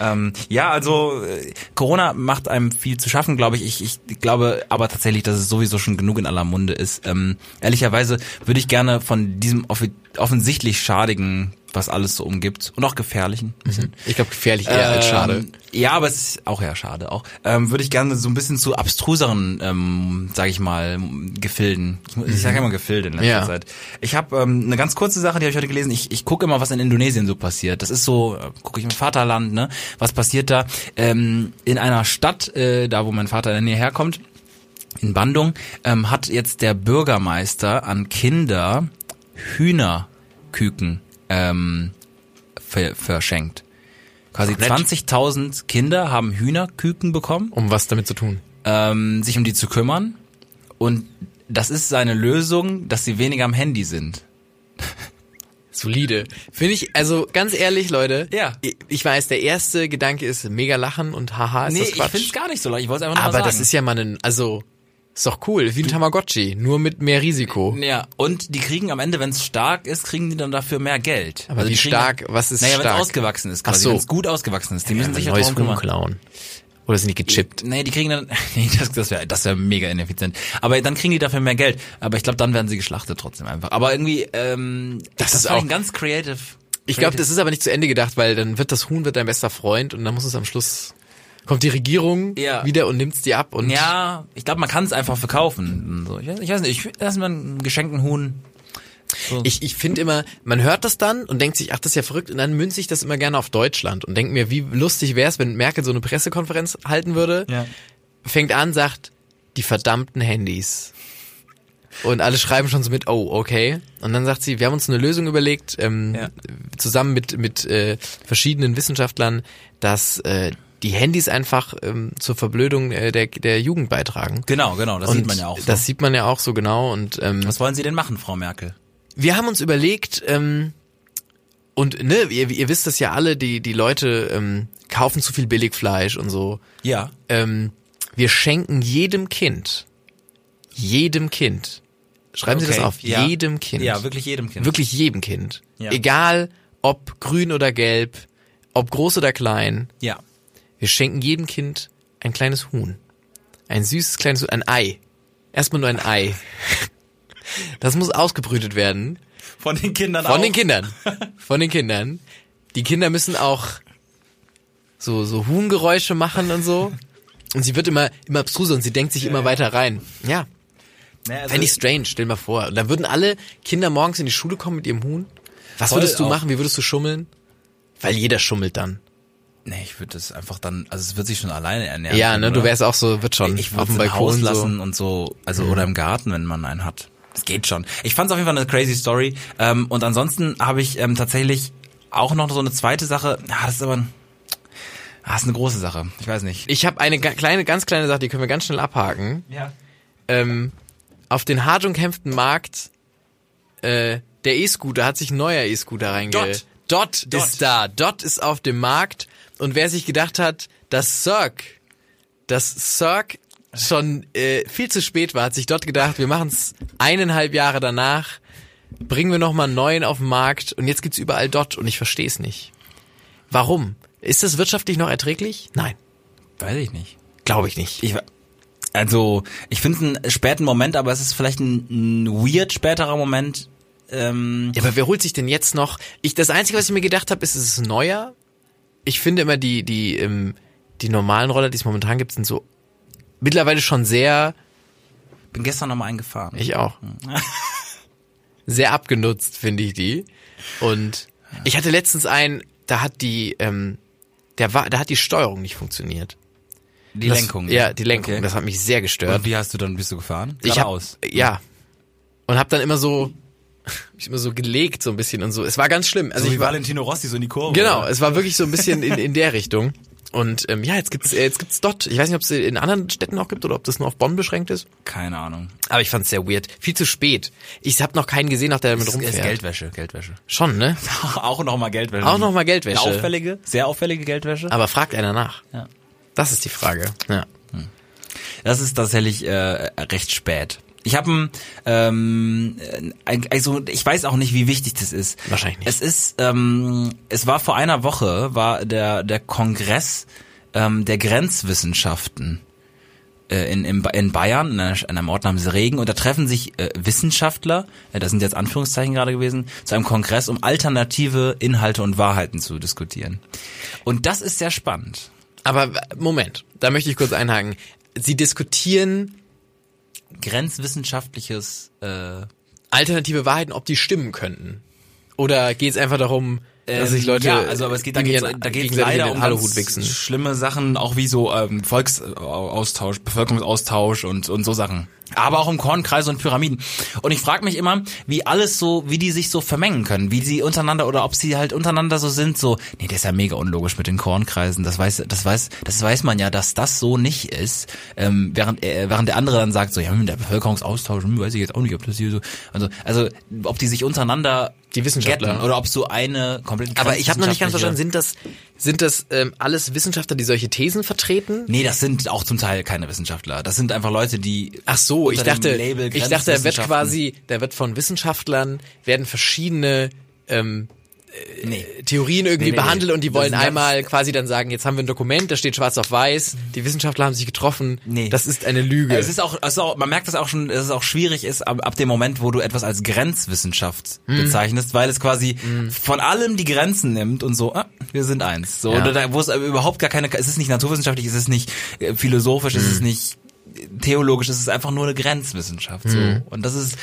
[SPEAKER 5] Ähm, ja, also äh, Corona macht einem viel zu schaffen, glaube ich. ich. Ich glaube aber tatsächlich, dass es sowieso schon genug in aller Munde ist. Ähm, ehrlicherweise würde ich gerne von diesem offi- offensichtlich Schadigen, was alles so umgibt, und auch Gefährlichen, ein bisschen,
[SPEAKER 4] Ich glaube, gefährlich eher als schade.
[SPEAKER 5] ähm, Ja, aber es ist auch ja schade auch. Ähm, würde ich gerne so ein bisschen zu abstruseren, ähm, sage ich mal, Gefilden. Ich, mu- ich sage immer Gefilde in letzter
[SPEAKER 4] Mhm. Ja.
[SPEAKER 5] Zeit. Ich habe ähm, eine ganz kurze Sache, die habe ich heute gelesen. Ich, ich gucke immer, was in Indonesien so passiert. Das ist so, äh, gucke ich im Vaterland, ne? Was passiert da? Ähm, in einer Stadt, äh, da wo mein Vater in der Nähe herkommt, in Bandung, ähm, hat jetzt der Bürgermeister an Kinder Hühnerküken ähm, ver verschenkt. Quasi
[SPEAKER 4] nett.
[SPEAKER 5] 20.000 Kinder haben Hühnerküken bekommen,
[SPEAKER 4] Um was damit zu tun?
[SPEAKER 5] ähm, sich um die zu kümmern. Und das ist seine Lösung, dass sie weniger am Handy sind.
[SPEAKER 4] Solide. Finde ich, also ganz ehrlich, Leute,
[SPEAKER 5] Ja.
[SPEAKER 4] ich, ich weiß, der erste Gedanke ist mega lachen und haha, ist das
[SPEAKER 5] ich
[SPEAKER 4] Quatsch.
[SPEAKER 5] finde es gar nicht so leicht. Ich wollte es einfach nur
[SPEAKER 4] aber
[SPEAKER 5] mal sagen.
[SPEAKER 4] das ist ja mal ein, also, ist doch cool, wie ein Tamagotchi, nur mit mehr Risiko.
[SPEAKER 5] Ja, und die kriegen am Ende, wenn es stark ist, kriegen die dann dafür mehr Geld. Also
[SPEAKER 4] Aber
[SPEAKER 5] die
[SPEAKER 4] wie
[SPEAKER 5] kriegen-
[SPEAKER 4] stark? Was ist
[SPEAKER 5] Naja, wenn
[SPEAKER 4] stark?
[SPEAKER 5] es ausgewachsen ist,
[SPEAKER 4] Ach
[SPEAKER 5] quasi,
[SPEAKER 4] so.
[SPEAKER 5] wenn es gut ausgewachsen ist. Die müssen sich ja
[SPEAKER 4] neues
[SPEAKER 5] darum
[SPEAKER 4] Huhn
[SPEAKER 5] kümmern.
[SPEAKER 4] klauen. Oder sind die gechippt?
[SPEAKER 5] Nee, die kriegen dann, *laughs* nee, das, das wäre das wär mega ineffizient. Aber dann kriegen die dafür mehr Geld. Aber ich glaube, dann werden sie geschlachtet trotzdem einfach. Aber irgendwie, ähm,
[SPEAKER 4] Das ist
[SPEAKER 5] fand ich
[SPEAKER 4] auch-
[SPEAKER 5] ein ganz creative.
[SPEAKER 4] Ich glaube, das ist aber nicht zu Ende gedacht, weil dann wird das Huhn wird dein bester Freund und dann muss es am Schluss kommt die Regierung
[SPEAKER 5] Ja.
[SPEAKER 4] wieder und nimmt's dir ab und
[SPEAKER 5] Ja, ich glaube, man kann es einfach verkaufen. und So, ich, weiß, ich weiß nicht, ich lass mal einen geschenkten Huhn.
[SPEAKER 4] ich, ich finde immer, man hört das dann und denkt sich, ach, das ist ja verrückt und dann münze ich das immer gerne auf Deutschland und denke mir, wie lustig wär's, wenn Merkel so eine Pressekonferenz halten würde, fängt an, sagt, die verdammten Handys. Und alle schreiben schon so mit, oh, okay. Und dann sagt sie, wir haben uns eine Lösung überlegt, ähm,
[SPEAKER 5] Ja.
[SPEAKER 4] zusammen mit, mit äh, verschiedenen Wissenschaftlern, dass äh, die Handys einfach ähm, zur Verblödung äh, der, der Jugend beitragen.
[SPEAKER 5] Genau, genau, das
[SPEAKER 4] und
[SPEAKER 5] sieht man ja auch. So.
[SPEAKER 4] Das sieht man ja auch so genau. Und ähm,
[SPEAKER 5] Was wollen Sie denn machen, Frau Merkel?
[SPEAKER 4] wir haben uns überlegt, ähm, und ne, ihr, ihr wisst das ja alle, die, die Leute ähm, kaufen zu viel Billigfleisch und so.
[SPEAKER 5] Ja.
[SPEAKER 4] Ähm, wir schenken jedem Kind, jedem Kind, schreiben Sie das
[SPEAKER 5] Okay,
[SPEAKER 4] auf,
[SPEAKER 5] ja.
[SPEAKER 4] jedem Kind,
[SPEAKER 5] Ja, wirklich jedem Kind.
[SPEAKER 4] wirklich jedem Kind,
[SPEAKER 5] Ja.
[SPEAKER 4] egal ob grün oder gelb, ob groß oder klein,
[SPEAKER 5] Ja.
[SPEAKER 4] wir schenken jedem Kind ein kleines Huhn. Ein süßes kleines Huhn, ein Ei. Erstmal nur ein
[SPEAKER 5] *laughs*
[SPEAKER 4] Ei. Das muss ausgebrütet werden.
[SPEAKER 5] Von den Kindern
[SPEAKER 4] Von
[SPEAKER 5] auch.
[SPEAKER 4] den Kindern. Von den Kindern. Die Kinder müssen auch so, so Huhngeräusche machen und so. Und sie wird immer, immer abstruser und sie denkt sich immer weiter rein. Ja.
[SPEAKER 5] Naja, also
[SPEAKER 4] Fände ich strange, stell dir mal vor. Und dann würden alle Kinder morgens in die Schule kommen mit ihrem Huhn. Was
[SPEAKER 5] Voll
[SPEAKER 4] würdest du
[SPEAKER 5] auch.
[SPEAKER 4] machen? Wie würdest du schummeln? Weil jeder schummelt dann.
[SPEAKER 5] nee, ich würde das einfach dann, also es wird sich schon alleine ernähren.
[SPEAKER 4] Ja,
[SPEAKER 5] können,
[SPEAKER 4] ne, du
[SPEAKER 5] oder?
[SPEAKER 4] wärst auch so, wird schon.
[SPEAKER 5] genau. ich
[SPEAKER 4] auf
[SPEAKER 5] würde es
[SPEAKER 4] dem
[SPEAKER 5] im
[SPEAKER 4] Balkon
[SPEAKER 5] Haus
[SPEAKER 4] so. Mhm.
[SPEAKER 5] lassen und so, also oder im Garten, wenn man einen hat. Das geht schon. Ich fand es auf jeden Fall eine crazy Story. Ähm, und ansonsten habe ich ähm, tatsächlich auch noch so eine zweite Sache. Ah, das ist aber ein, ah, das ist eine große Sache. Ich weiß nicht.
[SPEAKER 4] Ich habe eine ga- kleine, ganz kleine Sache, die können wir ganz schnell abhaken.
[SPEAKER 5] Ja.
[SPEAKER 4] Ähm, auf den hart umkämpften Markt, äh, der E-Scooter hat sich ein neuer E-Scooter reinge...
[SPEAKER 5] Dot.
[SPEAKER 4] Dot,
[SPEAKER 5] Dot.
[SPEAKER 4] ist da. Dot ist auf dem Markt. Und wer sich gedacht hat, dass Cirque, dass Cirque schon äh, viel zu spät war, hat sich Dot gedacht, wir machen es eineinhalb Jahre danach, bringen wir nochmal einen neuen auf den Markt und jetzt gibt's überall Dot und ich verstehe es nicht. Warum? Ist das wirtschaftlich noch erträglich? Nein,
[SPEAKER 5] Weiß ich nicht.
[SPEAKER 4] glaube ich nicht.
[SPEAKER 5] Ich, wa- also, ich finde einen späten Moment, aber es ist vielleicht ein, ein weird späterer Moment. Ähm,
[SPEAKER 4] Ja, aber wer holt sich denn jetzt noch? Ich, das Einzige, was ich mir gedacht habe, ist, es ist neuer. Ich finde immer die, die, ähm, die normalen Roller, die es momentan gibt, sind so mittlerweile schon sehr,
[SPEAKER 5] bin gestern nochmal eingefahren.
[SPEAKER 4] ich
[SPEAKER 5] *laughs*
[SPEAKER 4] auch, sehr abgenutzt, finde ich die. Und ich hatte letztens einen, da hat die, ähm, der war, da hat die Steuerung nicht funktioniert.
[SPEAKER 5] die
[SPEAKER 4] das,
[SPEAKER 5] Lenkung. ne?
[SPEAKER 4] Ja, die Lenkung.
[SPEAKER 5] Okay.
[SPEAKER 4] Das hat mich sehr gestört.
[SPEAKER 5] Und wie hast du dann, bist du gefahren?
[SPEAKER 4] ich hab,
[SPEAKER 5] Geradeaus.
[SPEAKER 4] Ja. Und hab dann immer so, *laughs* mich immer so gelegt, so ein bisschen und so. Es war ganz schlimm. Also
[SPEAKER 5] So
[SPEAKER 4] ich
[SPEAKER 5] wie
[SPEAKER 4] war,
[SPEAKER 5] Valentino Rossi so in die Kurve.
[SPEAKER 4] Genau,
[SPEAKER 5] oder?
[SPEAKER 4] es war wirklich so ein bisschen in, in der Richtung. Und ähm, ja, jetzt gibt's äh, jetzt gibt's dort. Ich weiß nicht, ob es in anderen Städten auch gibt oder ob das nur auf Bonn beschränkt ist.
[SPEAKER 5] Keine Ahnung.
[SPEAKER 4] Aber ich fand's sehr weird. Viel zu spät. Ich hab noch keinen gesehen, auch der damit rumfährt.
[SPEAKER 5] Geldwäsche, Geldwäsche.
[SPEAKER 4] Schon, ne?
[SPEAKER 5] Auch nochmal Geldwäsche.
[SPEAKER 4] Auch noch mal Geldwäsche.
[SPEAKER 5] Eine auffällige, sehr auffällige Geldwäsche.
[SPEAKER 4] Aber fragt einer nach.
[SPEAKER 5] Ja.
[SPEAKER 4] Das ist die Frage. Ja.
[SPEAKER 5] Das ist tatsächlich äh, recht spät. Ich habe ähm, äh, also ich weiß auch nicht, wie wichtig das ist.
[SPEAKER 4] Wahrscheinlich nicht.
[SPEAKER 5] Es ist, ähm, es war vor einer Woche war der der Kongress ähm, der Grenzwissenschaften äh, in, in, Ba- in Bayern, in einer, Sch- einem Ort namens Regen, und da treffen sich äh, Wissenschaftler, äh, das sind jetzt Anführungszeichen gerade gewesen, zu einem Kongress, um alternative Inhalte und Wahrheiten zu diskutieren. Und das ist sehr spannend.
[SPEAKER 4] Aber w- Moment, da möchte ich kurz einhaken. Sie diskutieren
[SPEAKER 5] Grenzwissenschaftliches äh,
[SPEAKER 4] alternative Wahrheiten, ob die stimmen könnten. Oder geht's einfach darum, dass sich Leute
[SPEAKER 5] ja, also aber es geht da
[SPEAKER 4] in
[SPEAKER 5] geht's,
[SPEAKER 4] ihren-
[SPEAKER 5] da geht's
[SPEAKER 4] gegenseitig in
[SPEAKER 5] leider
[SPEAKER 4] den
[SPEAKER 5] um
[SPEAKER 4] Aluhut
[SPEAKER 5] ganz
[SPEAKER 4] wichsen.
[SPEAKER 5] schlimme Sachen, auch wie so ähm, Volksaustausch, Bevölkerungsaustausch und und so Sachen. Aber auch um Kornkreise und Pyramiden. Und ich frage mich immer, wie alles so, wie die sich so vermengen können, wie sie untereinander oder ob sie halt untereinander so sind, so, nee, das ist ja mega unlogisch mit den Kornkreisen. Das weiß, das weiß, das weiß man ja, dass das so nicht ist. Ähm, während äh, während der andere dann sagt so, ja, hm, der Bevölkerungsaustausch, hm, weiß ich jetzt auch nicht, ob das hier so, also also ob die sich untereinander
[SPEAKER 4] Die Wissenschaftler.
[SPEAKER 5] getten oder ob so eine komplett
[SPEAKER 4] Aber ich habe noch nicht ganz verstanden,
[SPEAKER 5] wissenschaftliche-
[SPEAKER 4] sind das, sind das ähm, alles Wissenschaftler, die solche Thesen vertreten?
[SPEAKER 5] Nee, das sind auch zum Teil keine Wissenschaftler. Das sind einfach Leute, die
[SPEAKER 4] Ach so, ich
[SPEAKER 5] unter dem
[SPEAKER 4] dachte,
[SPEAKER 5] Label
[SPEAKER 4] ich dachte, er wird
[SPEAKER 5] Grenzwissenschaften-
[SPEAKER 4] quasi, der wird von Wissenschaftlern, werden verschiedene ähm,
[SPEAKER 5] nee.
[SPEAKER 4] Theorien irgendwie
[SPEAKER 5] Nee, nee,
[SPEAKER 4] behandelt
[SPEAKER 5] nee.
[SPEAKER 4] und die
[SPEAKER 5] Das
[SPEAKER 4] wollen
[SPEAKER 5] sind ganz-
[SPEAKER 4] einmal quasi dann sagen, jetzt haben wir ein Dokument, da steht schwarz auf weiß, die Wissenschaftler haben sich getroffen,
[SPEAKER 5] Nee.
[SPEAKER 4] das Also ist eine Lüge.
[SPEAKER 5] Es ist auch, es ist auch, man merkt das auch schon, dass es auch schwierig ist ab, ab dem Moment, wo du etwas als Grenzwissenschaft
[SPEAKER 4] Hm.
[SPEAKER 5] bezeichnest, weil es quasi von allem die Grenzen nimmt und so, ah, wir sind eins. So,
[SPEAKER 4] Ja.
[SPEAKER 5] oder da, wo es überhaupt gar keine, es ist nicht naturwissenschaftlich, es ist nicht äh, philosophisch,
[SPEAKER 4] Hm.
[SPEAKER 5] es ist nicht äh, theologisch, es ist einfach nur eine Grenzwissenschaft. So. Und das ist,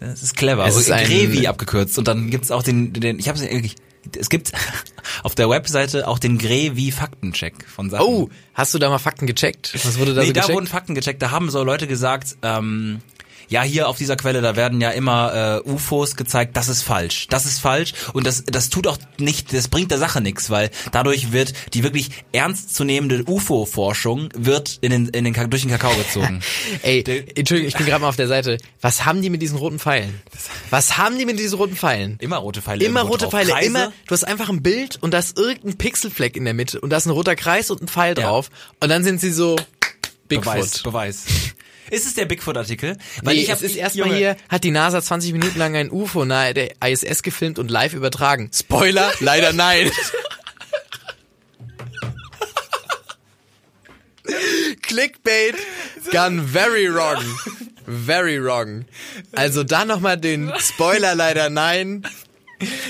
[SPEAKER 5] das ist clever.
[SPEAKER 4] Hm. Es
[SPEAKER 5] also
[SPEAKER 4] ist ein-
[SPEAKER 5] Grevi abgekürzt. Und dann gibt's auch den, den ich habe es es gibt *laughs* auf der Webseite auch den Grevi-Faktencheck von Sachen.
[SPEAKER 4] oh, hast du da mal Fakten gecheckt? Was wurde da
[SPEAKER 5] Nee,
[SPEAKER 4] so
[SPEAKER 5] da
[SPEAKER 4] also gecheckt?
[SPEAKER 5] wurden Fakten gecheckt. Da haben so Leute gesagt, ähm, ja, hier auf dieser Quelle, da werden ja immer äh, UFOs gezeigt, das ist falsch, das ist falsch und das, das tut auch nicht, das bringt der Sache nichts, weil dadurch wird die wirklich ernstzunehmende UFO-Forschung wird in den, in den, Ka- durch den Kakao gezogen.
[SPEAKER 4] Ey,
[SPEAKER 5] Der-
[SPEAKER 4] Entschuldigung, ich bin gerade mal auf der Seite. Was haben die mit diesen roten Pfeilen? Was haben die mit diesen roten Pfeilen?
[SPEAKER 5] Immer rote Pfeile.
[SPEAKER 4] *laughs* Immer
[SPEAKER 5] irgendwo
[SPEAKER 4] rote
[SPEAKER 5] drauf.
[SPEAKER 4] Pfeile,
[SPEAKER 5] Kreise.
[SPEAKER 4] immer, du hast einfach ein Bild und da ist irgendein Pixelfleck in der Mitte und da ist ein roter Kreis und ein Pfeil
[SPEAKER 5] Ja.
[SPEAKER 4] drauf und dann sind sie so
[SPEAKER 5] Beweis,
[SPEAKER 4] Bigfoot.
[SPEAKER 5] Beweis. Ist es der Bigfoot-Artikel?
[SPEAKER 4] Weil nee,
[SPEAKER 5] hab-
[SPEAKER 4] es ist erstmal
[SPEAKER 5] Junge,
[SPEAKER 4] hier, hat die NASA 20 Minuten lang ein UFO nahe der ISS gefilmt und live übertragen.
[SPEAKER 5] *laughs*
[SPEAKER 4] Spoiler, leider nein. Clickbait gone very wrong. Very wrong. Also da nochmal den Spoiler leider nein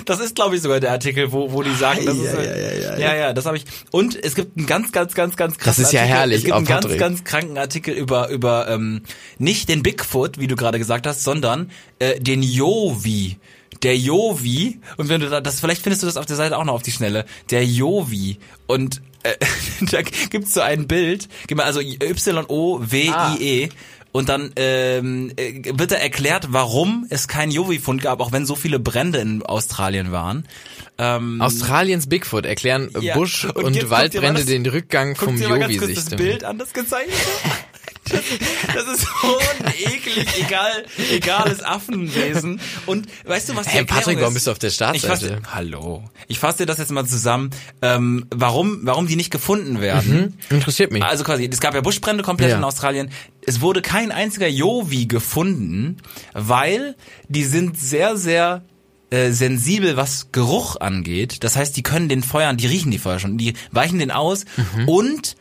[SPEAKER 5] Das ist, glaube ich, sogar der Artikel, wo, wo die sagen, das ist,
[SPEAKER 4] Ja,
[SPEAKER 5] äh,
[SPEAKER 4] ja, ja, ja,
[SPEAKER 5] ja, ja, das habe ich. Und es gibt einen ganz, ganz, ganz, ganz krassen
[SPEAKER 4] ist ja
[SPEAKER 5] Artikel.
[SPEAKER 4] herrlich
[SPEAKER 5] Es gibt
[SPEAKER 4] auf
[SPEAKER 5] einen ganz,
[SPEAKER 4] Patrick.
[SPEAKER 5] ganz kranken Artikel über, über ähm, nicht den Bigfoot, wie du gerade gesagt hast, sondern äh, den Jovi. Der Jovi. Und wenn du da, das, vielleicht findest du das auf der Seite auch noch auf die Schnelle. Der Jovi. Und äh, *laughs* da gibt's so ein Bild, gib mal, also
[SPEAKER 4] Ah.
[SPEAKER 5] Y-O-W-I-E. E. Und dann ähm, äh, wird da erklärt, warum es keinen Jovi-Fund gab, auch wenn so viele Brände in Australien waren. Ähm,
[SPEAKER 4] Australiens Bigfoot erklären äh,
[SPEAKER 5] Ja.
[SPEAKER 4] Busch
[SPEAKER 5] Und
[SPEAKER 4] und,
[SPEAKER 5] jetzt guck dir mal
[SPEAKER 4] Waldbrände
[SPEAKER 5] das-
[SPEAKER 4] den Rückgang vom
[SPEAKER 5] Guckt dir mal ganz kurz das
[SPEAKER 4] Yogi-Sicht.
[SPEAKER 5] Bild an, das gezeichnet wird. Das ist so ein eklig, egal, egales Affenwesen. Und weißt du, was die
[SPEAKER 4] Hey,
[SPEAKER 5] Erklärung
[SPEAKER 4] Patrick,
[SPEAKER 5] ist?
[SPEAKER 4] warum bist du auf der
[SPEAKER 5] Ich fass,
[SPEAKER 4] Startseite?
[SPEAKER 5] hallo. Ich fasse dir das jetzt mal zusammen, ähm, warum, warum die nicht gefunden werden.
[SPEAKER 4] Mhm. Interessiert mich.
[SPEAKER 5] Also quasi, es gab ja Buschbrände komplett
[SPEAKER 4] Ja.
[SPEAKER 5] in Australien. Es wurde kein einziger Jovi gefunden, weil die sind sehr, sehr äh, sensibel, was Geruch angeht. Das heißt, die können den Feuern, die riechen die Feuer schon, die weichen den aus
[SPEAKER 4] Mhm.
[SPEAKER 5] und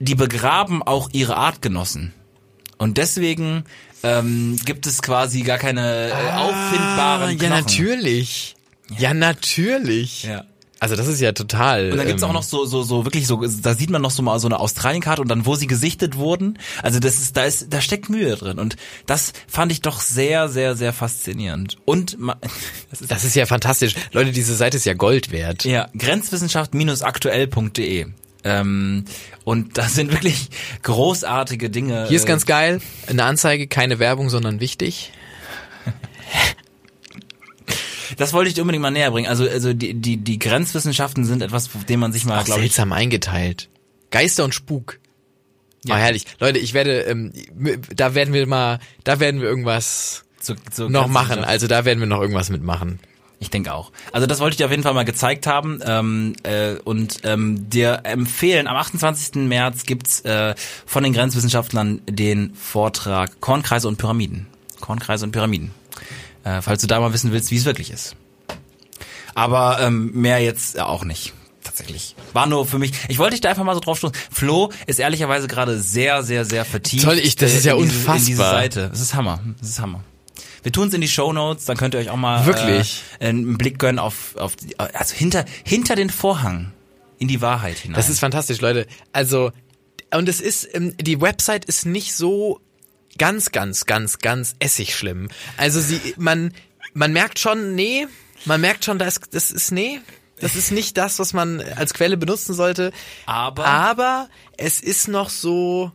[SPEAKER 5] die begraben auch ihre Artgenossen. Und deswegen ähm, gibt es quasi gar keine äh, auffindbaren Knochen.
[SPEAKER 4] Ah, ja, natürlich. Ja, natürlich.
[SPEAKER 5] Ja.
[SPEAKER 4] Also das ist ja total. ähm,
[SPEAKER 5] Und dann gibt's auch noch so, so, so wirklich so, da sieht man noch so mal so eine Australienkarte und dann, wo sie gesichtet wurden. Also das ist, da ist, da steckt Mühe drin. Und das fand ich doch sehr, sehr, sehr faszinierend. Und ma- *laughs* das ist
[SPEAKER 4] Das ist ja fantastisch. Leute, diese Seite ist ja Gold wert.
[SPEAKER 5] ja, grenzwissenschaft-aktuell.de. E. Ähm, und da sind wirklich großartige Dinge.
[SPEAKER 4] Hier ist
[SPEAKER 5] äh,
[SPEAKER 4] ganz geil. Eine Anzeige, keine Werbung, sondern wichtig.
[SPEAKER 5] das wollte ich dir unbedingt mal näher bringen. Also, also die, die, die Grenzwissenschaften sind etwas, auf dem man sich mal,
[SPEAKER 4] Auch
[SPEAKER 5] glaube Ah, ich,
[SPEAKER 4] seltsam eingeteilt. Geister und Spuk. Ja, herrlich. Leute, ich werde, ähm, da werden wir mal, da werden wir irgendwas
[SPEAKER 5] zu, zu
[SPEAKER 4] noch machen.
[SPEAKER 5] Grenzwissenschaften-
[SPEAKER 4] Also da werden wir noch irgendwas mitmachen.
[SPEAKER 5] Ich denke auch. Also das wollte ich dir auf jeden Fall mal gezeigt haben ähm, äh, und ähm, dir empfehlen, am 28. März gibt's äh, von den Grenzwissenschaftlern den Vortrag Kornkreise und Pyramiden. Kornkreise und Pyramiden. Äh, falls du da mal wissen willst, wie es wirklich ist. Aber ähm, mehr jetzt auch nicht. Tatsächlich. War nur für mich. Ich wollte dich da einfach mal so drauf stoßen. Flo ist ehrlicherweise gerade sehr, sehr, sehr vertieft.
[SPEAKER 4] Toll, ich- das
[SPEAKER 5] äh,
[SPEAKER 4] ist ja
[SPEAKER 5] in diese, In diese
[SPEAKER 4] unfassbar.
[SPEAKER 5] Seite. Das ist Hammer. Das ist Hammer. Wir tun's in die Show Notes, dann könnt ihr euch auch mal
[SPEAKER 4] Wirklich?
[SPEAKER 5] äh, einen Blick gönnen auf, auf die, also hinter hinter den Vorhang in die Wahrheit hinein.
[SPEAKER 4] Das ist fantastisch, Leute. Also, und es ist, ähm, die Website ist nicht so ganz, ganz, ganz, ganz essig schlimm. Also sie, man, man merkt schon, nee, man merkt schon, das, das ist, nee, das ist nicht das, was man als Quelle benutzen sollte.
[SPEAKER 5] Aber-
[SPEAKER 4] Aber es ist noch so,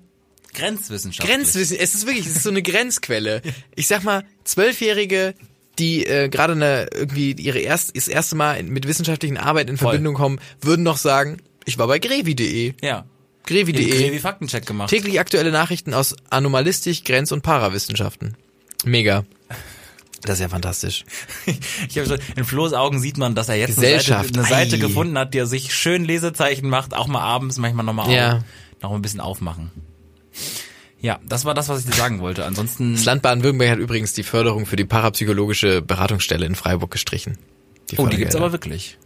[SPEAKER 5] Grenzwissenschaft.
[SPEAKER 4] Grenzwissen. Es ist wirklich, es ist so eine Grenzquelle. Ich sag mal, Zwölfjährige, die äh, gerade eine irgendwie ihre erst das erste Mal in, mit wissenschaftlichen Arbeiten in Verbindung kommen, würden noch sagen, ich war bei grevi.de.
[SPEAKER 5] Ja.
[SPEAKER 4] grevi.de.
[SPEAKER 5] Grevi Faktencheck gemacht.
[SPEAKER 4] Täglich aktuelle Nachrichten aus Anomalistik, Grenz- und Parawissenschaften. Mega. Das ist ja fantastisch.
[SPEAKER 5] *laughs* Ich hab so, in Flo's Augen sieht man, dass er jetzt eine Seite,
[SPEAKER 4] Gesellschaft.
[SPEAKER 5] eine Seite
[SPEAKER 4] Ei.
[SPEAKER 5] gefunden hat, die er sich schön Lesezeichen macht, auch mal abends, manchmal nochmal
[SPEAKER 4] Ja.
[SPEAKER 5] noch ein bisschen aufmachen. Ja, das war das, was ich dir sagen wollte. Ansonsten
[SPEAKER 4] Das Land Baden-Württemberg hat übrigens die Förderung für die parapsychologische Beratungsstelle in Freiburg
[SPEAKER 5] Oh,
[SPEAKER 4] gestrichen.
[SPEAKER 5] die gibt's
[SPEAKER 4] Fördergelder.
[SPEAKER 5] aber wirklich.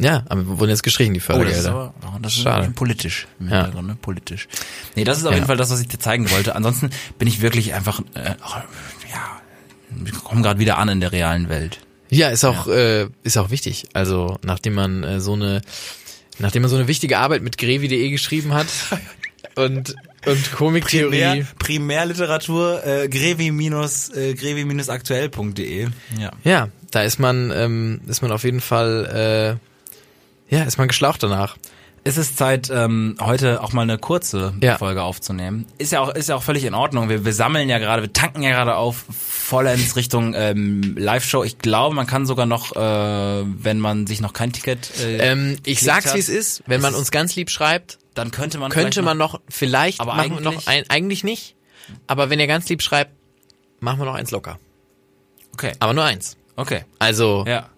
[SPEAKER 4] Ja, aber wurden jetzt gestrichen, die
[SPEAKER 5] Oh, das ist
[SPEAKER 4] Fördergelder.
[SPEAKER 5] aber oh, das ist
[SPEAKER 4] Schade.
[SPEAKER 5] ein bisschen politisch. Im
[SPEAKER 4] Ja.
[SPEAKER 5] Hintergrund, ne? Politisch. Nee, das ist auf jeden Fall das, was ich dir zeigen wollte. Ansonsten bin ich wirklich einfach, äh, auch, ja, ich komme gerade wieder an in der realen Welt.
[SPEAKER 4] Ja, ist auch Äh, ist auch wichtig. Also nachdem man äh, so eine nachdem man so eine wichtige Arbeit mit grevi.de
[SPEAKER 5] *laughs*
[SPEAKER 4] geschrieben hat und und Komiktheorie.
[SPEAKER 5] Primärliteratur, äh, grevi-aktuell.de. ja.
[SPEAKER 4] Ja, da ist man ähm, ist man auf jeden Fall äh, ja ist man geschlaucht danach.
[SPEAKER 5] Es ist Zeit, ähm, heute auch mal eine kurze
[SPEAKER 4] Ja.
[SPEAKER 5] Folge aufzunehmen. Ist ja auch, ist ja auch völlig in Ordnung. Wir, wir sammeln ja gerade, wir tanken ja gerade auf vollends Richtung ähm, Live-Show. Ich glaube, man kann sogar noch, äh, wenn man sich noch kein Ticket äh,
[SPEAKER 4] Ähm, ich
[SPEAKER 5] geklickt
[SPEAKER 4] sag's
[SPEAKER 5] hat,
[SPEAKER 4] wie es ist, wenn man
[SPEAKER 5] ist-
[SPEAKER 4] uns ganz lieb schreibt,
[SPEAKER 5] dann könnte man
[SPEAKER 4] könnte
[SPEAKER 5] vielleicht
[SPEAKER 4] man noch vielleicht
[SPEAKER 5] Aber
[SPEAKER 4] machen wir noch
[SPEAKER 5] eigentlich-
[SPEAKER 4] ein, eigentlich nicht, aber wenn ihr ganz lieb schreibt, machen wir noch eins locker,
[SPEAKER 5] Okay,
[SPEAKER 4] aber nur eins.
[SPEAKER 5] okay,
[SPEAKER 4] Also
[SPEAKER 5] ja.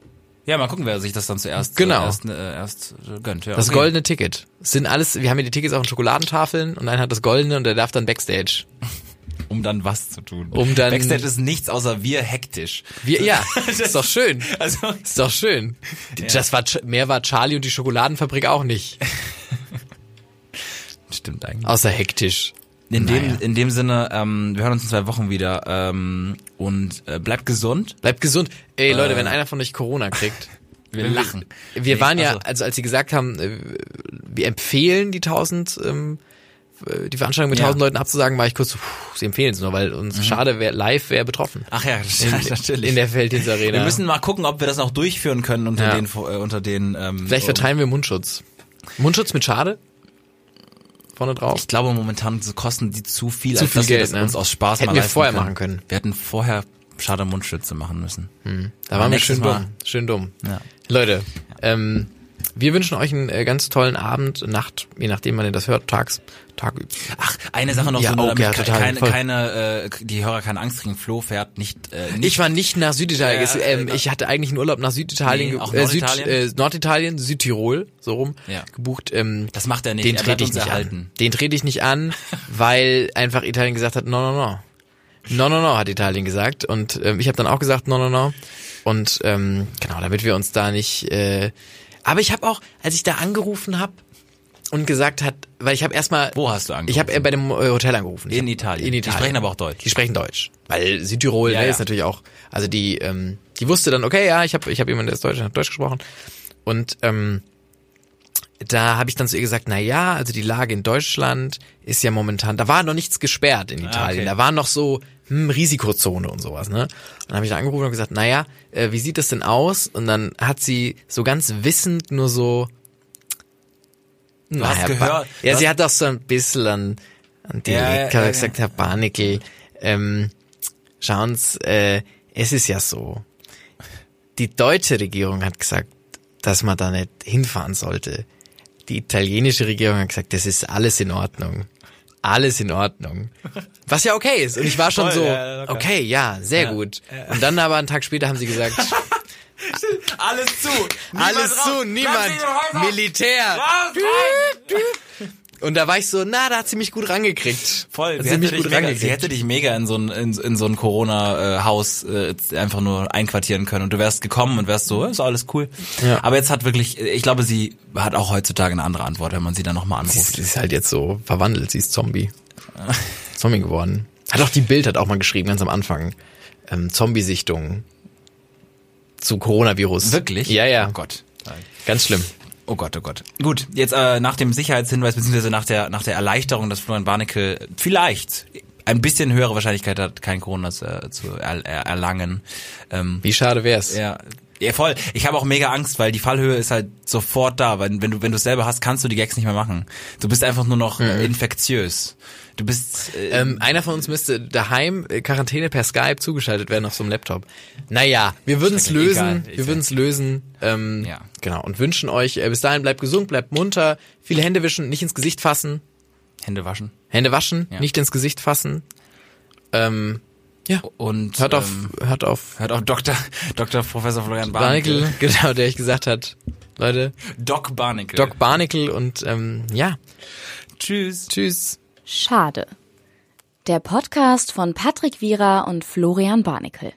[SPEAKER 5] Ja, mal gucken, wer sich das dann zuerst
[SPEAKER 4] Genau.
[SPEAKER 5] äh, erst, äh, erst äh, gönnt. Ja,
[SPEAKER 4] Das
[SPEAKER 5] okay.
[SPEAKER 4] goldene Ticket. Es sind alles, wir haben hier die Tickets auch in Schokoladentafeln und einer hat das goldene und der darf dann Backstage.
[SPEAKER 5] Um dann was zu tun.
[SPEAKER 4] Um dann-
[SPEAKER 5] Backstage ist nichts außer wir hektisch.
[SPEAKER 4] Wir,
[SPEAKER 5] *laughs*
[SPEAKER 4] ja, ist doch schön.
[SPEAKER 5] Also
[SPEAKER 4] Ist doch schön. Die- Das war, Ch- mehr war Charlie und
[SPEAKER 5] *laughs*
[SPEAKER 4] die Schokoladenfabrik auch nicht.
[SPEAKER 5] stimmt eigentlich.
[SPEAKER 4] Außer hektisch.
[SPEAKER 5] In dem,
[SPEAKER 4] Naja.
[SPEAKER 5] in dem Sinne, ähm, wir hören uns in zwei Wochen wieder ähm, und äh, bleibt gesund.
[SPEAKER 4] Bleibt gesund. Ey, Leute, wenn einer von euch Corona kriegt,
[SPEAKER 5] Äh. *laughs* Wir lachen.
[SPEAKER 4] Wir
[SPEAKER 5] Nee,
[SPEAKER 4] waren ja,
[SPEAKER 5] also-
[SPEAKER 4] also als sie gesagt haben, äh, wir empfehlen die 1000, ähm, äh, die Veranstaltung mit
[SPEAKER 5] Ja.
[SPEAKER 4] 1000 Leuten abzusagen, war ich kurz so, puh, sie empfehlen es nur, weil uns schade, wer live wäre betroffen.
[SPEAKER 5] Ach *laughs* ja, das-
[SPEAKER 4] in,
[SPEAKER 5] natürlich.
[SPEAKER 4] In der Feldins Arena.
[SPEAKER 5] Wir müssen mal gucken, ob wir das noch durchführen können unter
[SPEAKER 4] Ja.
[SPEAKER 5] den äh, unter den ähm,
[SPEAKER 4] Vielleicht
[SPEAKER 5] oh,
[SPEAKER 4] verteilen wir Mundschutz. Mundschutz mit Schade? Vorne drauf.
[SPEAKER 5] Ich glaube, momentan kosten die zu viel,
[SPEAKER 4] Zu
[SPEAKER 5] als
[SPEAKER 4] viel
[SPEAKER 5] dass
[SPEAKER 4] Geld,
[SPEAKER 5] wir das
[SPEAKER 4] ne?
[SPEAKER 5] uns aus Spaß
[SPEAKER 4] Hätten
[SPEAKER 5] mal
[SPEAKER 4] wir
[SPEAKER 5] leisten
[SPEAKER 4] vorher machen können. Hm.
[SPEAKER 5] Wir hätten vorher schade Mundschütze machen müssen.
[SPEAKER 4] Da waren wir
[SPEAKER 5] Nächstes
[SPEAKER 4] schön
[SPEAKER 5] Mal.
[SPEAKER 4] dumm. Schön dumm.
[SPEAKER 5] Ja.
[SPEAKER 4] Leute, ähm, wir wünschen euch einen äh, ganz tollen Abend, Nacht, je nachdem, wann ihr das hört, tags, Tag.
[SPEAKER 5] Ach, eine Sache noch,
[SPEAKER 4] Ja,
[SPEAKER 5] so, nur
[SPEAKER 4] auch,
[SPEAKER 5] damit
[SPEAKER 4] ja,
[SPEAKER 5] ke-
[SPEAKER 4] total,
[SPEAKER 5] keine,
[SPEAKER 4] voll.
[SPEAKER 5] keine, äh, die Hörer keine Angst kriegen. Flo fährt nicht, äh, nicht
[SPEAKER 4] Ich war nicht nach Süditalien.
[SPEAKER 5] Ja,
[SPEAKER 4] ähm,
[SPEAKER 5] äh,
[SPEAKER 4] ich hatte eigentlich einen Urlaub nach Süditalien,
[SPEAKER 5] Nee,
[SPEAKER 4] ge-
[SPEAKER 5] auch
[SPEAKER 4] äh, Süd,
[SPEAKER 5] Norditalien?
[SPEAKER 4] äh, Norditalien, Südtirol, so rum,
[SPEAKER 5] Ja.
[SPEAKER 4] gebucht. Ähm,
[SPEAKER 5] Das macht er nicht.
[SPEAKER 4] Den
[SPEAKER 5] er
[SPEAKER 4] trete
[SPEAKER 5] bleibt
[SPEAKER 4] ich
[SPEAKER 5] uns
[SPEAKER 4] nicht an.
[SPEAKER 5] erhalten.
[SPEAKER 4] Den trete ich
[SPEAKER 5] *laughs*
[SPEAKER 4] nicht an, weil einfach Italien gesagt hat, no, no, no. No, no, no, hat Italien gesagt. Und ähm, ich habe dann auch gesagt, no, no, no. Und ähm, genau, damit wir uns da nicht... Äh, aber ich habe auch, als ich da angerufen habe und gesagt hat, weil ich habe erstmal...
[SPEAKER 5] Wo hast du
[SPEAKER 4] Ich habe äh, bei dem äh, Hotel angerufen. Ich
[SPEAKER 5] In
[SPEAKER 4] hab-
[SPEAKER 5] Italien.
[SPEAKER 4] In
[SPEAKER 5] Die
[SPEAKER 4] Italien.
[SPEAKER 5] sprechen aber auch Deutsch.
[SPEAKER 4] Die sprechen Deutsch. Weil Südtirol
[SPEAKER 5] Ja,
[SPEAKER 4] ne,
[SPEAKER 5] ja.
[SPEAKER 4] ist natürlich auch... Also die, ähm, die wusste dann, okay, ja, ich habe ich hab jemanden, der ist Deutsch, der hat Deutsch gesprochen. Und... Ähm, da habe ich dann zu ihr gesagt, na ja, also die Lage in Deutschland ist ja momentan, da war noch nichts gesperrt in Italien,
[SPEAKER 5] Ah, okay.
[SPEAKER 4] da war noch so hm, Risikozone und sowas, ne? Und dann habe ich da angerufen und gesagt, na ja, äh, wie sieht das denn aus? Und dann hat sie so ganz wissend nur so Du
[SPEAKER 5] hast gehört,
[SPEAKER 4] Ja,
[SPEAKER 5] du
[SPEAKER 4] sie
[SPEAKER 5] hast-
[SPEAKER 4] hat auch so ein bisschen an, an die
[SPEAKER 5] Ja, ja,
[SPEAKER 4] Lecker
[SPEAKER 5] ja, ja.
[SPEAKER 4] gesagt, Herr Barnickel, ähm, schauen Sie, äh, es ist ja so, die deutsche Regierung hat gesagt, dass man da nicht hinfahren sollte. Die italienische Regierung hat gesagt, das ist alles in Ordnung. Alles in Ordnung. Was ja okay ist. Und ich war schon
[SPEAKER 5] Voll,
[SPEAKER 4] so,
[SPEAKER 5] ja, locker.
[SPEAKER 4] okay, ja, sehr gut. Und dann aber einen Tag später haben
[SPEAKER 5] *laughs*
[SPEAKER 4] sie gesagt,
[SPEAKER 5] Alles
[SPEAKER 4] *laughs*
[SPEAKER 5] zu!
[SPEAKER 4] alles zu, niemand, Militär. Und da war ich so, na, da hat sie mich gut rangekriegt.
[SPEAKER 5] Voll,
[SPEAKER 4] hat
[SPEAKER 5] sie
[SPEAKER 4] sie
[SPEAKER 5] hätte,
[SPEAKER 4] mich
[SPEAKER 5] dich
[SPEAKER 4] gut
[SPEAKER 5] mega, sie hätte
[SPEAKER 4] rangekriegt.
[SPEAKER 5] dich mega in so ein, in, in so ein Corona-Haus äh, einfach nur einquartieren können und du wärst gekommen und wärst so, "Ja, ist alles cool.
[SPEAKER 4] Ja.
[SPEAKER 5] Aber jetzt hat wirklich, ich glaube, sie hat auch heutzutage eine andere Antwort, wenn man sie dann nochmal
[SPEAKER 4] Sie ist,
[SPEAKER 5] anruft.
[SPEAKER 4] sie ist halt jetzt so verwandelt, sie ist Zombie. Zombie geworden. Hat auch die Bild hat auch mal geschrieben, ganz am Anfang. Ähm, Zombie-Sichtungen zu Coronavirus.
[SPEAKER 5] Wirklich?
[SPEAKER 4] Ja, ja.
[SPEAKER 5] Oh Gott.
[SPEAKER 4] Ganz schlimm.
[SPEAKER 5] Oh Gott, oh Gott. Gut, jetzt äh, nach dem Sicherheitshinweis beziehungsweise nach der nach der Erleichterung, dass Florian Warnecke vielleicht ein bisschen höhere Wahrscheinlichkeit hat, kein Corona zu, äh, zu er, er, erlangen. Ähm,
[SPEAKER 4] Wie schade wär's.
[SPEAKER 5] ja, ja, voll. Ich habe auch mega Angst, weil die Fallhöhe ist halt sofort da. Weil wenn du wenn du es selber hast, kannst du die Gags nicht mehr machen. Du bist einfach nur noch äh, infektiös. Du bist äh,
[SPEAKER 4] Mhm. Ähm, einer von uns müsste daheim äh, Quarantäne per Skype zugeschaltet werden auf so einem Laptop. Naja, wir würden es
[SPEAKER 5] Schrecklich, egal,
[SPEAKER 4] lösen. Wir
[SPEAKER 5] egal.
[SPEAKER 4] würden es lösen. Ähm,
[SPEAKER 5] Ja.
[SPEAKER 4] Genau. Und wünschen euch, äh, bis dahin bleibt gesund, bleibt munter, viele Hände wischen, nicht ins Gesicht fassen.
[SPEAKER 5] Hände waschen
[SPEAKER 4] Hände waschen,
[SPEAKER 5] Ja.
[SPEAKER 4] nicht ins Gesicht fassen. Ähm, ja.
[SPEAKER 5] und
[SPEAKER 4] Hört auf,
[SPEAKER 5] ähm,
[SPEAKER 4] hört auf.
[SPEAKER 5] hört auf Dr. Dr. Professor Florian Barnickel.
[SPEAKER 4] Barnacle, *laughs* genau, der ich gesagt hat, Leute,
[SPEAKER 5] Doc Barnickel.
[SPEAKER 4] Doc Barnacle und ähm, ja,
[SPEAKER 5] Tschüss.
[SPEAKER 4] tschüss.
[SPEAKER 3] Schade. Der Podcast von Patrick Wierer und Florian Barnikel.